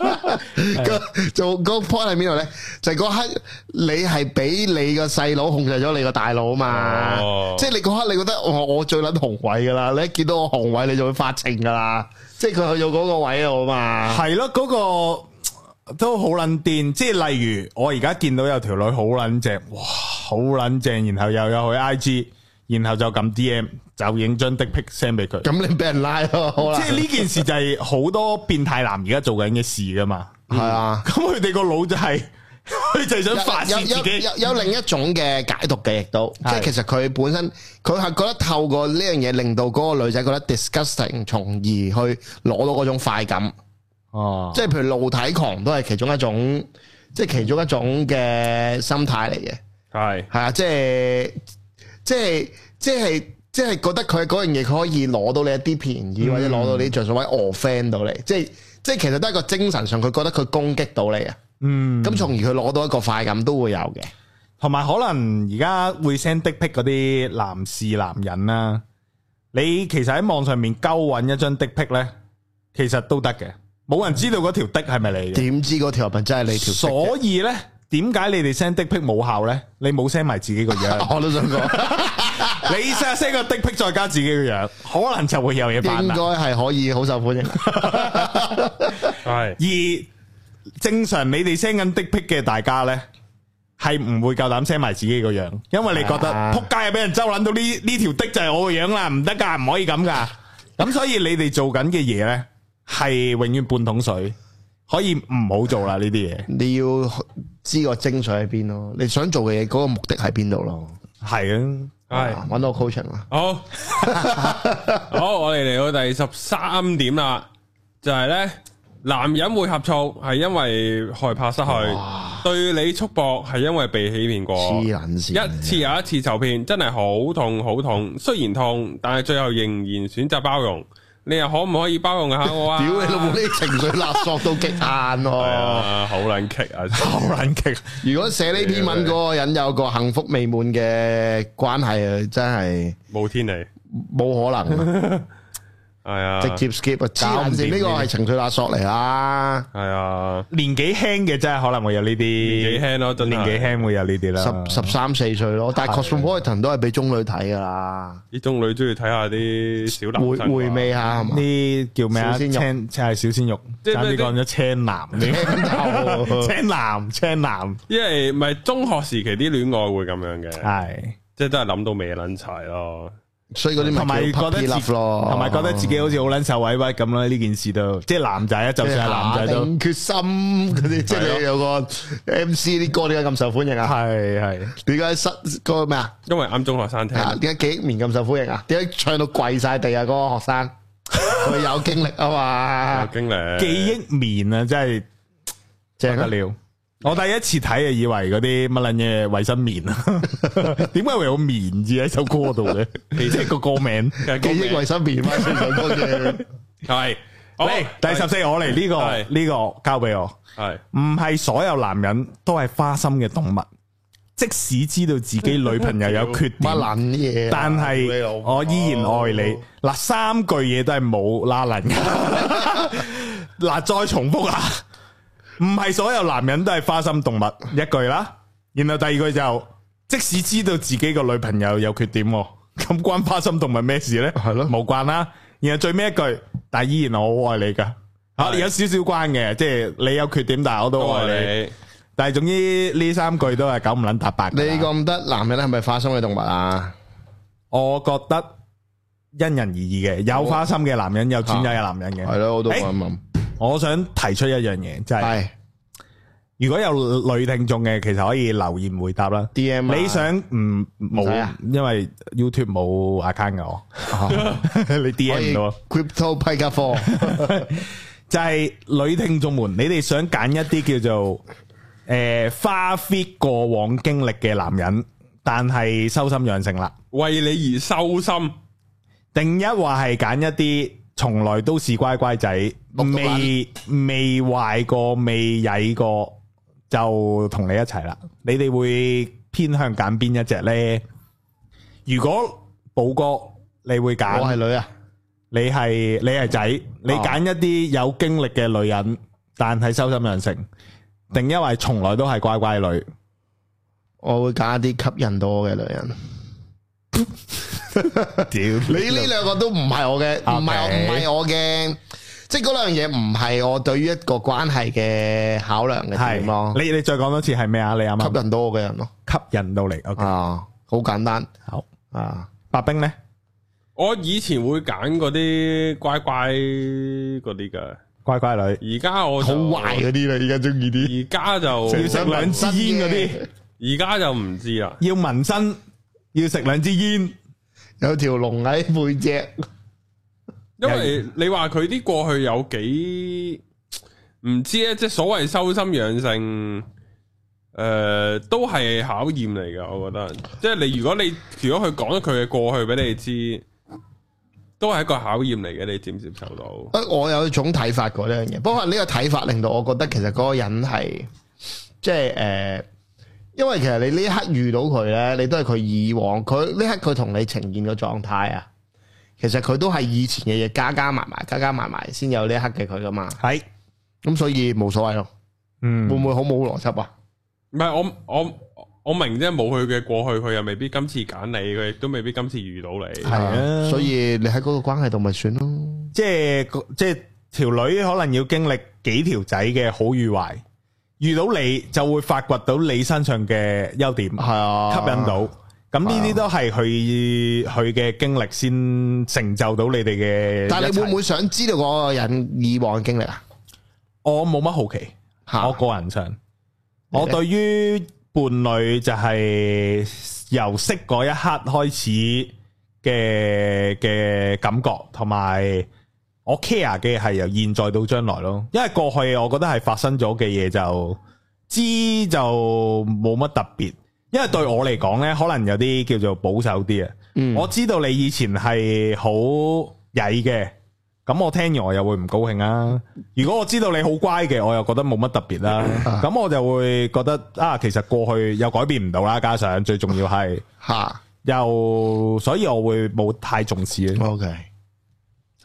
C: 個做個 point 喺邊度咧？就係嗰刻你係俾你個細佬控制咗你個大佬嘛？
A: 哦
C: 即係你嗰刻你覺得我我最撚雄偉噶啦，你一見到我雄偉你就會發情噶啦，即係佢去到嗰個位度嘛？
B: 係咯，嗰個都好撚癲，即係例如我而家見到有條女好撚正，哇，好撚正，然後又有去 I G，然後就撳 D M 就影張的 pic send 俾佢，
C: 咁你俾人拉咯，好啦
B: 即，係呢件事就係好多變態男而家做緊嘅事噶嘛。
C: 係啊。
B: 咁佢哋個腦就係佢就係想發泄
C: 有
B: 自
C: 有有
B: 己，嗯
C: 有有另一種嘅解讀嘅，亦都即係
B: 係
C: 其實佢本身佢係覺得透過呢樣嘢令到嗰個女仔覺得 disgusting，從而去攞到嗰種快感。
B: 哦，
C: 即係譬如露體狂都係其中一種，即係其中一種嘅心態嚟嘅，
A: 系
C: 係啊，即係即係即係即係覺得佢嗰樣嘢佢可以攞到你一啲便
B: 嗯
C: 宜，或者攞到你啲着數位 offend 到你，即係即係其實都係一個精神上佢覺得佢攻擊到你啊，
B: 嗯，
C: 咁從而佢攞到一個快感都會有嘅。
B: 同埋可能而家會 send 的 pic 嗰啲男士男人啦，你其實喺網上面鳩揾一張的 pic 咧，其實都得嘅，冇人知道嗰條的係咪你嘅，
C: 點知嗰條文真係你嗯條？
B: 所以咧。點解你哋 send 的 pic 冇效咧？你冇 send 埋自己個 樣，
C: 我都想講，
B: 你 send send 個的 pic 再加自己個樣，可能就會有嘢
C: 應
B: 辦
C: 該
B: 啦。
C: 係可以好受歡 迎。
A: 系
B: 而正常你哋 send 緊的 pic 嘅大家呢，係唔會夠膽 send 埋自己個樣，因為你覺得
C: 啊
B: 扑街啊，俾人周撚到呢呢条的就係我個樣啦，唔得噶，唔可以咁噶。咁所以你哋做緊嘅嘢呢，係永遠半桶水，可以唔好做啦呢啲嘢。
C: 你要知個精髓喺邊咯，你想做嘅嘢嗰個目的喺邊度咯。
B: 係啊，
A: 系
C: 啊揾到 coaching 啦。
A: 好 好，我哋嚟到第十三点啦，就系咧，男人会呷醋系因为害怕失去，对你束縛系因为被欺骗过。
C: 黐撚線，
A: 一次又一次受騙，真係好痛好痛。雖然痛，但係最後仍然選擇包容。你又可唔可以包容下我啊？
C: 屌你老母！呢啲情緒勒索到極 限
A: 係
C: 咯。
A: 啊，好撚棘啊！
B: 好撚激，
C: 如果寫呢篇文嗰個人有個幸福美滿嘅關係，真係
A: 冇天理，
C: 冇可能，
A: 係啊，
C: 直接 skip 啊！
B: 搞
C: 黐
B: 唔
C: 撚
B: 掂
C: 線，呢個係情緒勒索嚟啦。
A: 係啊，
B: 年紀輕嘅真係可能會有呢
A: 年紀
B: 啲，
A: 輕咯，真
B: 年
A: 係
B: 紀輕會有呢啲啦。
C: 十十三四歲咯，但係 Cosmopolitan 都係俾中女睇噶啦，
A: 啲中女中意睇下啲小男
C: 回
A: 生啊
C: 回味下係嘛？
B: 呢叫咩啊？
C: 小鮮
B: 青
C: 肉
B: 青係小鮮肉，
A: 即係
B: 差啲
A: 咩
B: 講咗青男 添。青男，青男
A: 因為唔係中學時期啲戀愛會咁樣
C: 啊
A: 嘅，
B: 系，
A: 即係都係諗到尾撚柴咯。
C: 所以 嗰啲
B: 同埋
C: 咪啊叫
B: 覺得
C: puppy
B: 自
C: love 咯，
B: 同埋覺得自己好似好撚受委屈咁啦。呢件事都即係男仔啊，就算係男仔都
C: 下定決心嗰啲，即係你有個 MC 啲歌點解咁受歡迎啊？
B: 係系
C: 點解失個咩啊？
A: 因為啱中學生聽，
C: 啊點解幾億年咁受歡迎啊？點解唱到跪晒地啊？嗰 個學生佢有經歷啊
A: 有
C: 嘛，
A: 經歷
B: 记憶棉啊，真係
C: 正
B: 不得
C: 啊！
B: 了。我第一次睇啊，以為嗰啲乜撚嘢衛生棉啊，點解會有棉字喺首歌度嘅？即係個歌名。
A: 嘅
C: 記
A: 經
C: 憶
A: 歷
C: 衞生棉嘛，唱首歌嘅
A: 係好
B: 嚟第十四我嚟呢
A: 係
B: 個呢個交俾我。
A: 係
B: 唔係所有男人都係花心嘅動物，即使知道自己女朋友 有缺點
C: 乜。撚嘢啊？
B: 但系
C: 屌你老母
B: 我依然愛你。嗱，三句嘢都係冇拉能嘅。 嗱，再重複啊，唔係所有男人都係花心動物，一句啦。然後第二句就，即使知道自己個女朋友有缺點喎，咁關花心動物咩事呢？
C: 係咯
B: 冇關啦。然後最尾一句，但依然我好愛你噶。吓，
A: 係
B: 有少少關嘅，即係你有缺點，但系我都
A: 都
B: 愛你。
A: 係你。
B: 但係總之呢三句都係九唔捻搭八㗎啦。
C: 你覺唔得男人係咪花心嘅動物啊？
B: 我覺得因人而異嘅，有花心嘅男人，有專一嘅男人
C: 係
B: 嘅。
C: 咯，我都
B: 誒
C: 咁諗。
B: 我想提出一樣嘢，就係
C: 係
B: 如果有女聽眾嘅，其實可以留言回答啦。
C: D M
B: 你想唔
C: 唔使
B: 冇
C: 啊？
B: 因為 YouTube 冇 account 嘅我， 你
C: 可
B: DM
C: 以
B: 唔到。
C: crypto 批加 科
B: 就係女聽眾們，你哋想揀一啲叫做诶、呃花 fit 過往經歷嘅男人，但係修心養性啦。
A: 为你而收心，
B: 定一話係揀一啲從來都是乖乖仔，
C: 綠到
B: 未未壞過、未曳過，就同你一齊啦。你哋會偏向揀邊一隻呢？如果寶哥，你會
C: 我係
B: 揀
C: 女啊，
B: 你係你係仔，你揀一啲有經歷嘅女人，但係修心養性，定一話係從來都係乖乖女。
C: 我會揀一啲吸引到我嘅女人。
B: 屌
C: 你呢兩個都唔係我嘅，唔係我啊
B: Okay
C: 唔係我嘅即係嗰兩樣嘢唔係我對於一個關係嘅考量嘅點咯，
B: 係你你再講多次係咩啊？你啱
C: 吸
B: 啱
C: 引到我嘅人咯，
B: 吸引到你，OK，
C: 啊，好簡單
B: 好。
C: 啊，
B: 白冰咧，
A: 我以前會揀嗰啲乖乖嗰啲噶，
B: 乖乖女，
A: 而家我就
C: 好壞，嗰啲啦，而家中意啲，
A: 而家就
B: 要食兩支煙嗰
C: 真
B: 啲，
A: 而家就唔知啦。
B: 要紋身，要食兩支煙，
C: 有條龍喺背脊，
A: 因為你話佢啲過去有幾唔知啊咧，即係所謂修心養性，诶、都係考驗嚟噶。我覺得，即係你如果你如果佢講咗佢嘅過去俾你知，都係一個考驗嚟嘅。你接唔接受到？
C: 啊我有一種睇法過呢樣嘢，不過呢個睇法令到我覺得其實嗰個人係即係誒、呃因為其實你呢一刻遇到佢咧，你都係佢以往佢呢刻佢同你呈現個狀態啊，其實佢都係以前嘅嘢加加埋埋加加埋埋先有呢一刻嘅佢噶嘛，
B: 係，
C: 咁所以冇所謂咯，
B: 嗯
C: 會，唔會好冇邏輯啊？
A: 唔係我我我明啫，冇佢嘅過去，佢又未必今次揀你，佢亦都未必今次遇到你。
C: 係
B: 啊
C: 所以你喺嗰個關係度咪算咯，
B: 即係即系条女可能要經歷幾條仔嘅好與壞，遇到你就會發掘到你身上嘅優點，
C: 係啊，
B: 吸引到。咁呢啲都係佢佢嘅經歷先成就到你哋嘅一齊。
C: 但係你會唔會想知道嗰個人以往嘅經歷啊？
B: 我冇乜好奇。
C: 嚇
B: 我個人上，
C: 你
B: 我
C: 呢
B: 對於伴侶就係由識嗰一刻開始嘅嘅感覺，同埋我 care 嘅係由現在到將來咯。因為過去我覺得係發生咗嘅嘢就知就冇乜特別，因為對我嚟講呢，可能有啲叫做保守啲啊。
C: 嗯
B: 我知道你以前係好曳嘅，咁我聽完我又會唔高興啊。如果我知道你好乖嘅，我又覺得冇乜特別啦。咁我就會覺得啊，其實過去又改變唔到啦，加上最重要係
C: 嚇
B: 又，所以我會冇太重視嘅。
C: ，OK。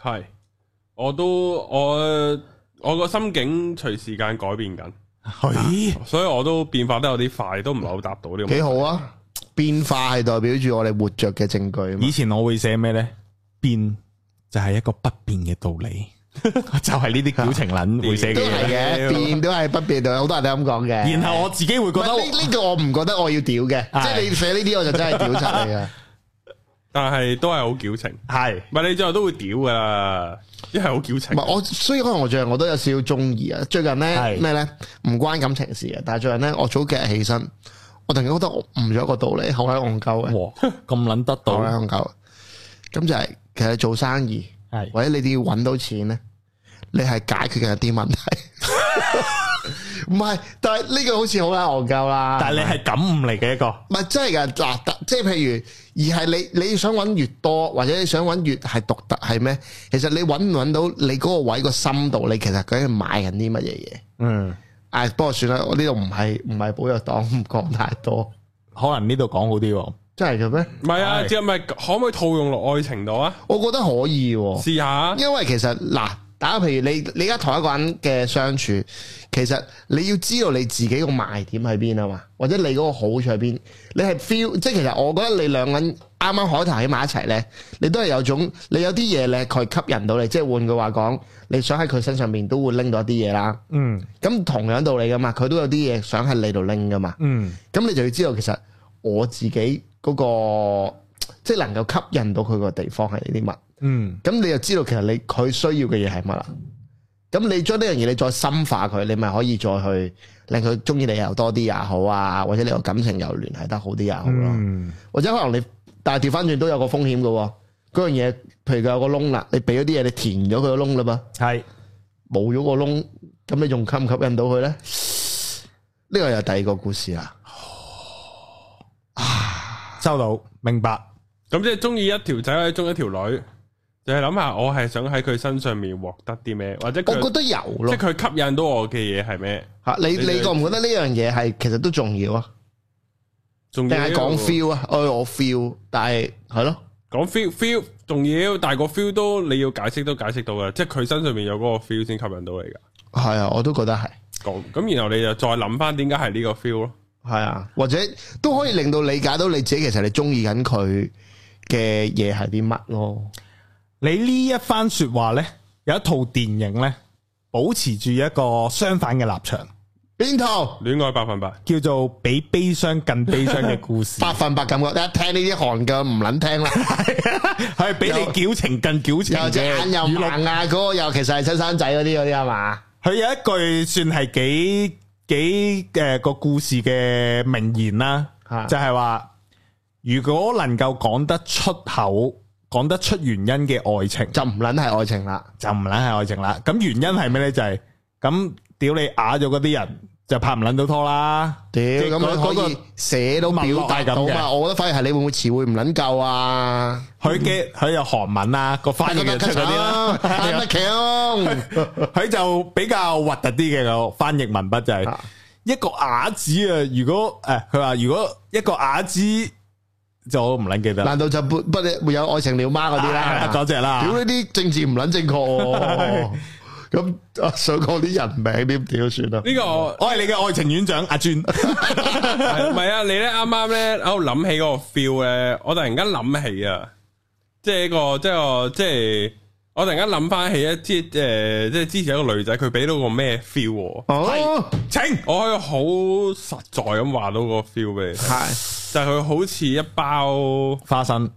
A: 係，我都我我個心境隨時間改變緊。
B: 咦，
A: 所以我都變化得有啲快，都唔係好答到呢個問題。
C: 几好啊！變化係代表住我哋活着嘅證據啊嘛
B: 以前我會寫咩呢？變就係一個不變嘅道理， 就係呢啲矯情撚會寫嘅
C: 都
B: 嘢
C: 係嘅，變都係不變到，好多人都咁講嘅。
B: 然後我自己會
C: 唔
B: 覺得
C: 係呢呢個我唔覺得我要屌嘅，
B: 係
C: 即係你寫呢啲我就真係屌啊出嚟 嘅。
A: 但係都係好矯情，
B: 係
A: 唔係你最後都會屌噶啦，一係好矯
C: 唔
A: 情。
C: 係我，雖然可能我最近我都有少少中意啊。最近咧
B: 係
C: 咩咧唔關感情事嘅，啊但係最近咧我早幾日起身，我突然間覺得我悟咗一個道理，好閪戇鳩嘅，
B: 哇咁撚得
C: 好
B: 到
C: 閪戇鳩。咁就係其實做生意
B: 係
C: 或者你哋要揾到錢咧，你係解決緊一啲問題。 唔係，但係呢個好似好撚戇鳩啦。
B: 但系你係感悟嚟嘅一個。
C: 唔係真係㗎嗱，特即係譬如，而係你你想揾越多，或者你想揾越係獨特係咩？其實你揾唔揾到你嗰個位個深度，你其實究竟係買緊啲乜嘢嘢？
B: 嗯，
C: 唉、不過算啦，我呢度唔係唔係保藥黨，唔講太多，
B: 可能呢度講好啲喎。
C: 真係嘅咩？
A: 唔係啊，
B: 係
A: 即係咪可唔可以套用落愛情度啊？
C: 我覺得可以喎、
A: 試下，
C: 因為其實嗱，打個譬如你你而家同一個人嘅相處，其實你要知道你自己個賣點喺邊啊嘛，或者你嗰個好處喺邊，你係 feel 即係其實我覺得你兩個人啱啱海頭喺埋一齊呢，你都係有種你有啲嘢咧佢係吸引到你，即係換句話講，你想喺佢身上面都會拎到一啲嘢啦。
B: 嗯
C: 咁同樣道理噶嘛，佢都有啲嘢想喺你度拎噶嘛。
B: 嗯，
C: 咁你就要知道其實我自己嗰、個即係能夠吸引到佢個地方係啲乜。
B: 嗯，
C: 咁你就知道其實你佢需要嘅嘢係乜啦。咁你將呢樣嘢你再深化佢，你咪可以再去令佢中意你又多啲也好啊，或者你個感情又聯繫得好啲也好咯。
B: 嗯，
C: 或者可能你但係調翻轉都有個風險嘅喎，嗰樣嘢譬如佢有個窿啦，你俾咗啲嘢你填咗佢個窿啦嘛，
B: 係
C: 冇咗個窿，咁你仲吸唔吸引到佢呢？呢個又第二個故事啊啦。
B: 收到，明白。
A: 咁即係中意一條仔或者中意一條女，就係諗下我係想喺佢身上面獲得啲咩，或者
C: 我覺
A: 佢
C: 得有
A: 即
C: 咯
A: 係，佢吸引到我嘅嘢係咩？
C: 嚇你
A: 你
C: 你覺唔覺得呢樣嘢係其實都重要啊？
A: 仲
C: 定
A: 要
C: 係講 feel 啊？哎我 feel，但係係咯。
A: 講 feel，feel 仲要，但係個 feel 都你要解釋都解釋到嘅，即係佢身上面有嗰個 feel 先吸引到你噶。
C: 系啊，我都覺得係，
A: 講咁，然後你就再諗翻點解係呢個 feel 咯。
C: 係啊，或者都可以令到理解到你自己其實你中意緊佢嘅嘢係啲乜咯。
B: 你呢一番说話呢，有一套電影咧，保持住一個相反嘅立場，
C: 邊套
A: 戀愛百分百，
B: 叫做比悲傷更悲傷嘅故 事，
C: 百分百感覺？一聽呢啲韓嘅唔撚 聽啦，
B: 係比你矯情更矯情
C: 又隻眼又
B: 嘅語錄。
C: 盲啊，嗰個又其實係親生仔嗰啲嗰啲係嘛？
B: 佢有一句算係幾幾誒個故事嘅名言啦，
C: 啊
B: 就係話如果能夠講得出口、講得出原因嘅愛情。
C: 就唔撚係愛情啦，
B: 就唔撚係愛情啦。咁原因係咩咧？就係、咁屌你啞咗嗰啲人就拍唔撚到拖啦。
C: 屌
B: 即係
C: 咁
B: 嗰
C: 你可以寫到表達到
B: 文落係咁
C: 嘛？我覺得反而係你會唔會詞彙唔撚夠啊？
B: 嗰個佢嘅佢有韓文啦，個翻譯就出嗰啲啦。
C: 係 咪強？
B: 佢就比較核突啲嘅個翻譯文筆就係、
C: 啊
B: 一個啞子啊。如果誒佢話如果一個啞子就我唔撚記得啦
C: 難道就不不會有愛情了嗎嗰啲
B: 係
C: 啦
B: 啦？嗰只啦。
C: 屌呢啲政治唔撚正確 喎，咁啊想講啲人名點屌算啦。
A: 呢個我
B: 我係你嘅愛情院長阿尊，
A: 係唔係啊？你咧啱啱咧喺度諗起嗰個 feel 咧，我突然間諗起啊，即係一個即係個即係我突然間諗翻起啊，即係誒即係之前有一個女仔，佢俾到個咩 feel 我，
C: 哦，
B: 請
A: 我可以好實在咁話到個 feel 俾你聽，
C: 係
A: 就係佢好似一包。
B: 花生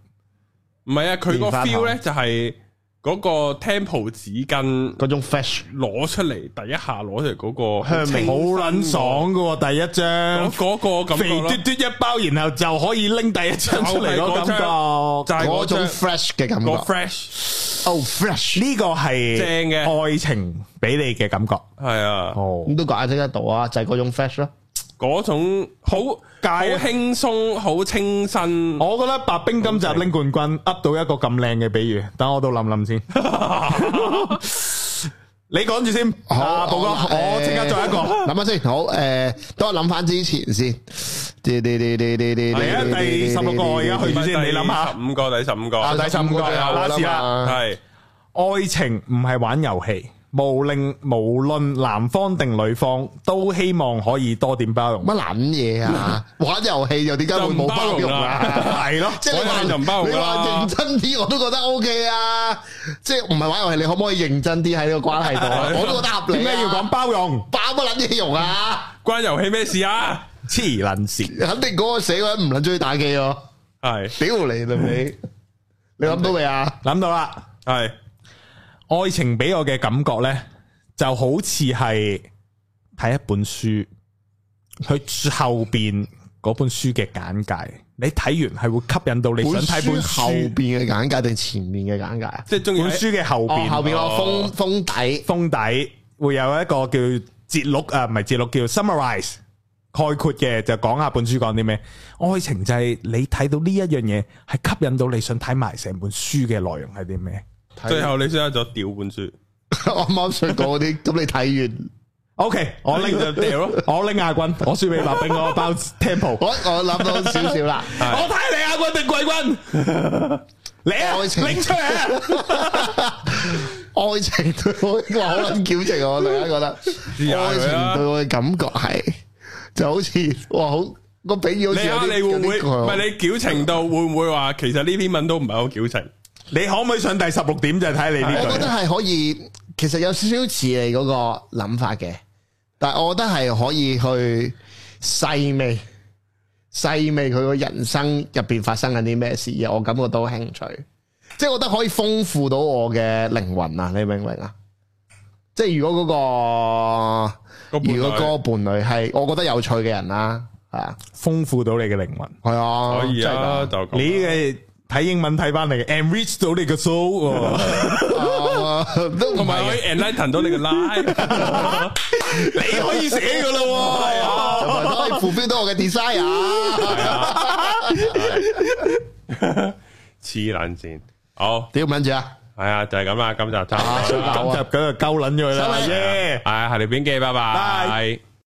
A: 唔係啊，佢個
C: 棉花糖
A: feel 咧就係嗰個 temple 紙巾
C: 嗰種 fresh
A: 攞出嚟，第一下攞出嚟嗰個
C: 香味
B: 好撚爽嘅喎，第一
A: 嗰
B: 張。
A: 嗰個感
B: 肥
A: 覺咯
B: 嘟，嘟一包，然後就可以拎第一張出嚟嗰感覺。
A: 就係
C: 嗰
A: 嗰
C: 種
A: 種
C: fresh 嘅感
A: 個
C: 覺。
A: fresh
C: 哦，fresh
B: 呢個係
A: 正嘅
B: 愛情俾你嘅感覺。
A: 係啊，
B: 哦，
C: 咁都解釋得到啊，就係嗰種 fresh 咯。
A: 嗰種好好
B: 界
A: 輕鬆、好清新。
B: 我覺得白冰今集拎冠軍，噏到一個咁靚嘅比喻，等我度諗諗先。你講住先，
C: 好
B: 啊，寶哥，
C: 誒
B: 我即刻再一個。
C: 諗下先。好，誒，等我諗翻之前先。啲啲啲啲啲啲
B: 嚟啊第十六個我而家去住先你諗下
A: 十五個第十五個
B: 啊
C: 第
B: 第十五個
C: 有
B: 啦
C: 啦
B: 是
C: 嘛
B: 啦。
A: 係
B: 愛情唔係玩遊戲，無論無論男方定女方，都希望可以多點包容。
C: 乜撚嘢啊？玩遊戲又點解會冇包容啊？
B: 係咯，
C: 即係你
A: 玩遊戲就唔包
C: 話
A: 容
C: 你
A: 㗎啦
C: 話認真啲，我都覺得 O K 啊！即係唔係玩遊戲，你可唔可以認真啲喺呢個關係度啊？我都覺得合理
B: 點
C: 啊。
B: 解要講包容？
C: 包乜撚嘢用啊？
A: 關遊戲咩事啊？
B: 黐撚線。
C: 肯定嗰個死鬼唔撚中意打機咯！
A: 係
C: 屌你老味！你諗到未啊？
B: 諗到啦，
A: 係
B: 愛情俾我嘅感覺呢，就好似係睇一本書，佢後邊嗰本書嘅簡介，你睇完係會吸引到你想
C: 本
B: 睇本
C: 書後
B: 書，
C: 邊嘅簡介定前面嘅簡介啊？
A: 即係中意
B: 本書嘅後
C: 哦，後
B: 邊
C: 邊個封
A: 哦
C: 封底
B: 封底會有一個叫節錄啊，唔係節錄叫 summarize。概括嘅就講下本書講啲咩，愛情就係你睇到呢一樣嘢係吸引到你想睇埋成本書嘅內容係啲咩？
A: 最後你選擇咗掉本書，
C: 我啱啱想講嗰啲，咁你睇完。
B: O K，我拎就掉咯，我拎亞軍，我輸俾白冰嗰個包 temple，
C: 我我諗到少少啦，
B: 我睇你亞軍定季軍，嚟啊，
C: 愛情
B: 拎出嚟啊！
C: 愛情對我呢個好撚矯情啊！我突然間覺
A: 試
C: 得，
A: 下佢
C: 愛
A: 啊啦
C: 情對我嘅感覺係就好似哇好個比喻好似
A: 你
C: 有
A: 啊，
C: 啲
A: 你會唔會
C: 有啲
A: 唔
C: 強
A: 係你矯情到會唔會話其實呢篇文都唔係好矯情？
B: 你可唔可以上第十六點就係睇你
C: 啊我覺得
B: 呢
C: 係可以，其實有少少似你嗰個諗法嘅，但係我覺得係可以去細味、細味佢個人生入邊發生緊啲咩事嘅，我感覺到興趣，即係我覺得可以豐富到我嘅靈魂啊！你明唔明啊？即係如果嗰、
A: 個
C: 個
A: 伴侶
C: 如果嗰個伴侶係我覺得有趣嘅人啦，係啊，
B: 句，豐富到你嘅靈魂，
C: 係啊，
A: 可以
C: 真係
A: 啊，
C: 㗎
A: 就咁
B: 你嘅睇英文睇翻嚟嘅，enrich 到你嘅 soul 喎。
C: 啊都唔
A: 同埋
C: 係
A: 可以
C: 嘅
A: enlighten 到你嘅 life，
B: 你可以寫噶啦
C: 同埋都可以 fulfill 到我嘅 desire。
A: 黐撚線。好，
C: 屌唔撚住啊！
A: 係啊，就係咁啦，今集差唔
C: 啊，
A: 多
C: 衰
A: 啦。
C: 爆
B: 喎，
C: 啊
B: 今！集咁就鳩撚咗佢
C: 收
B: 啦，
C: 尾
B: 耶！
A: 係啊，下條片見，拜拜
B: 拜。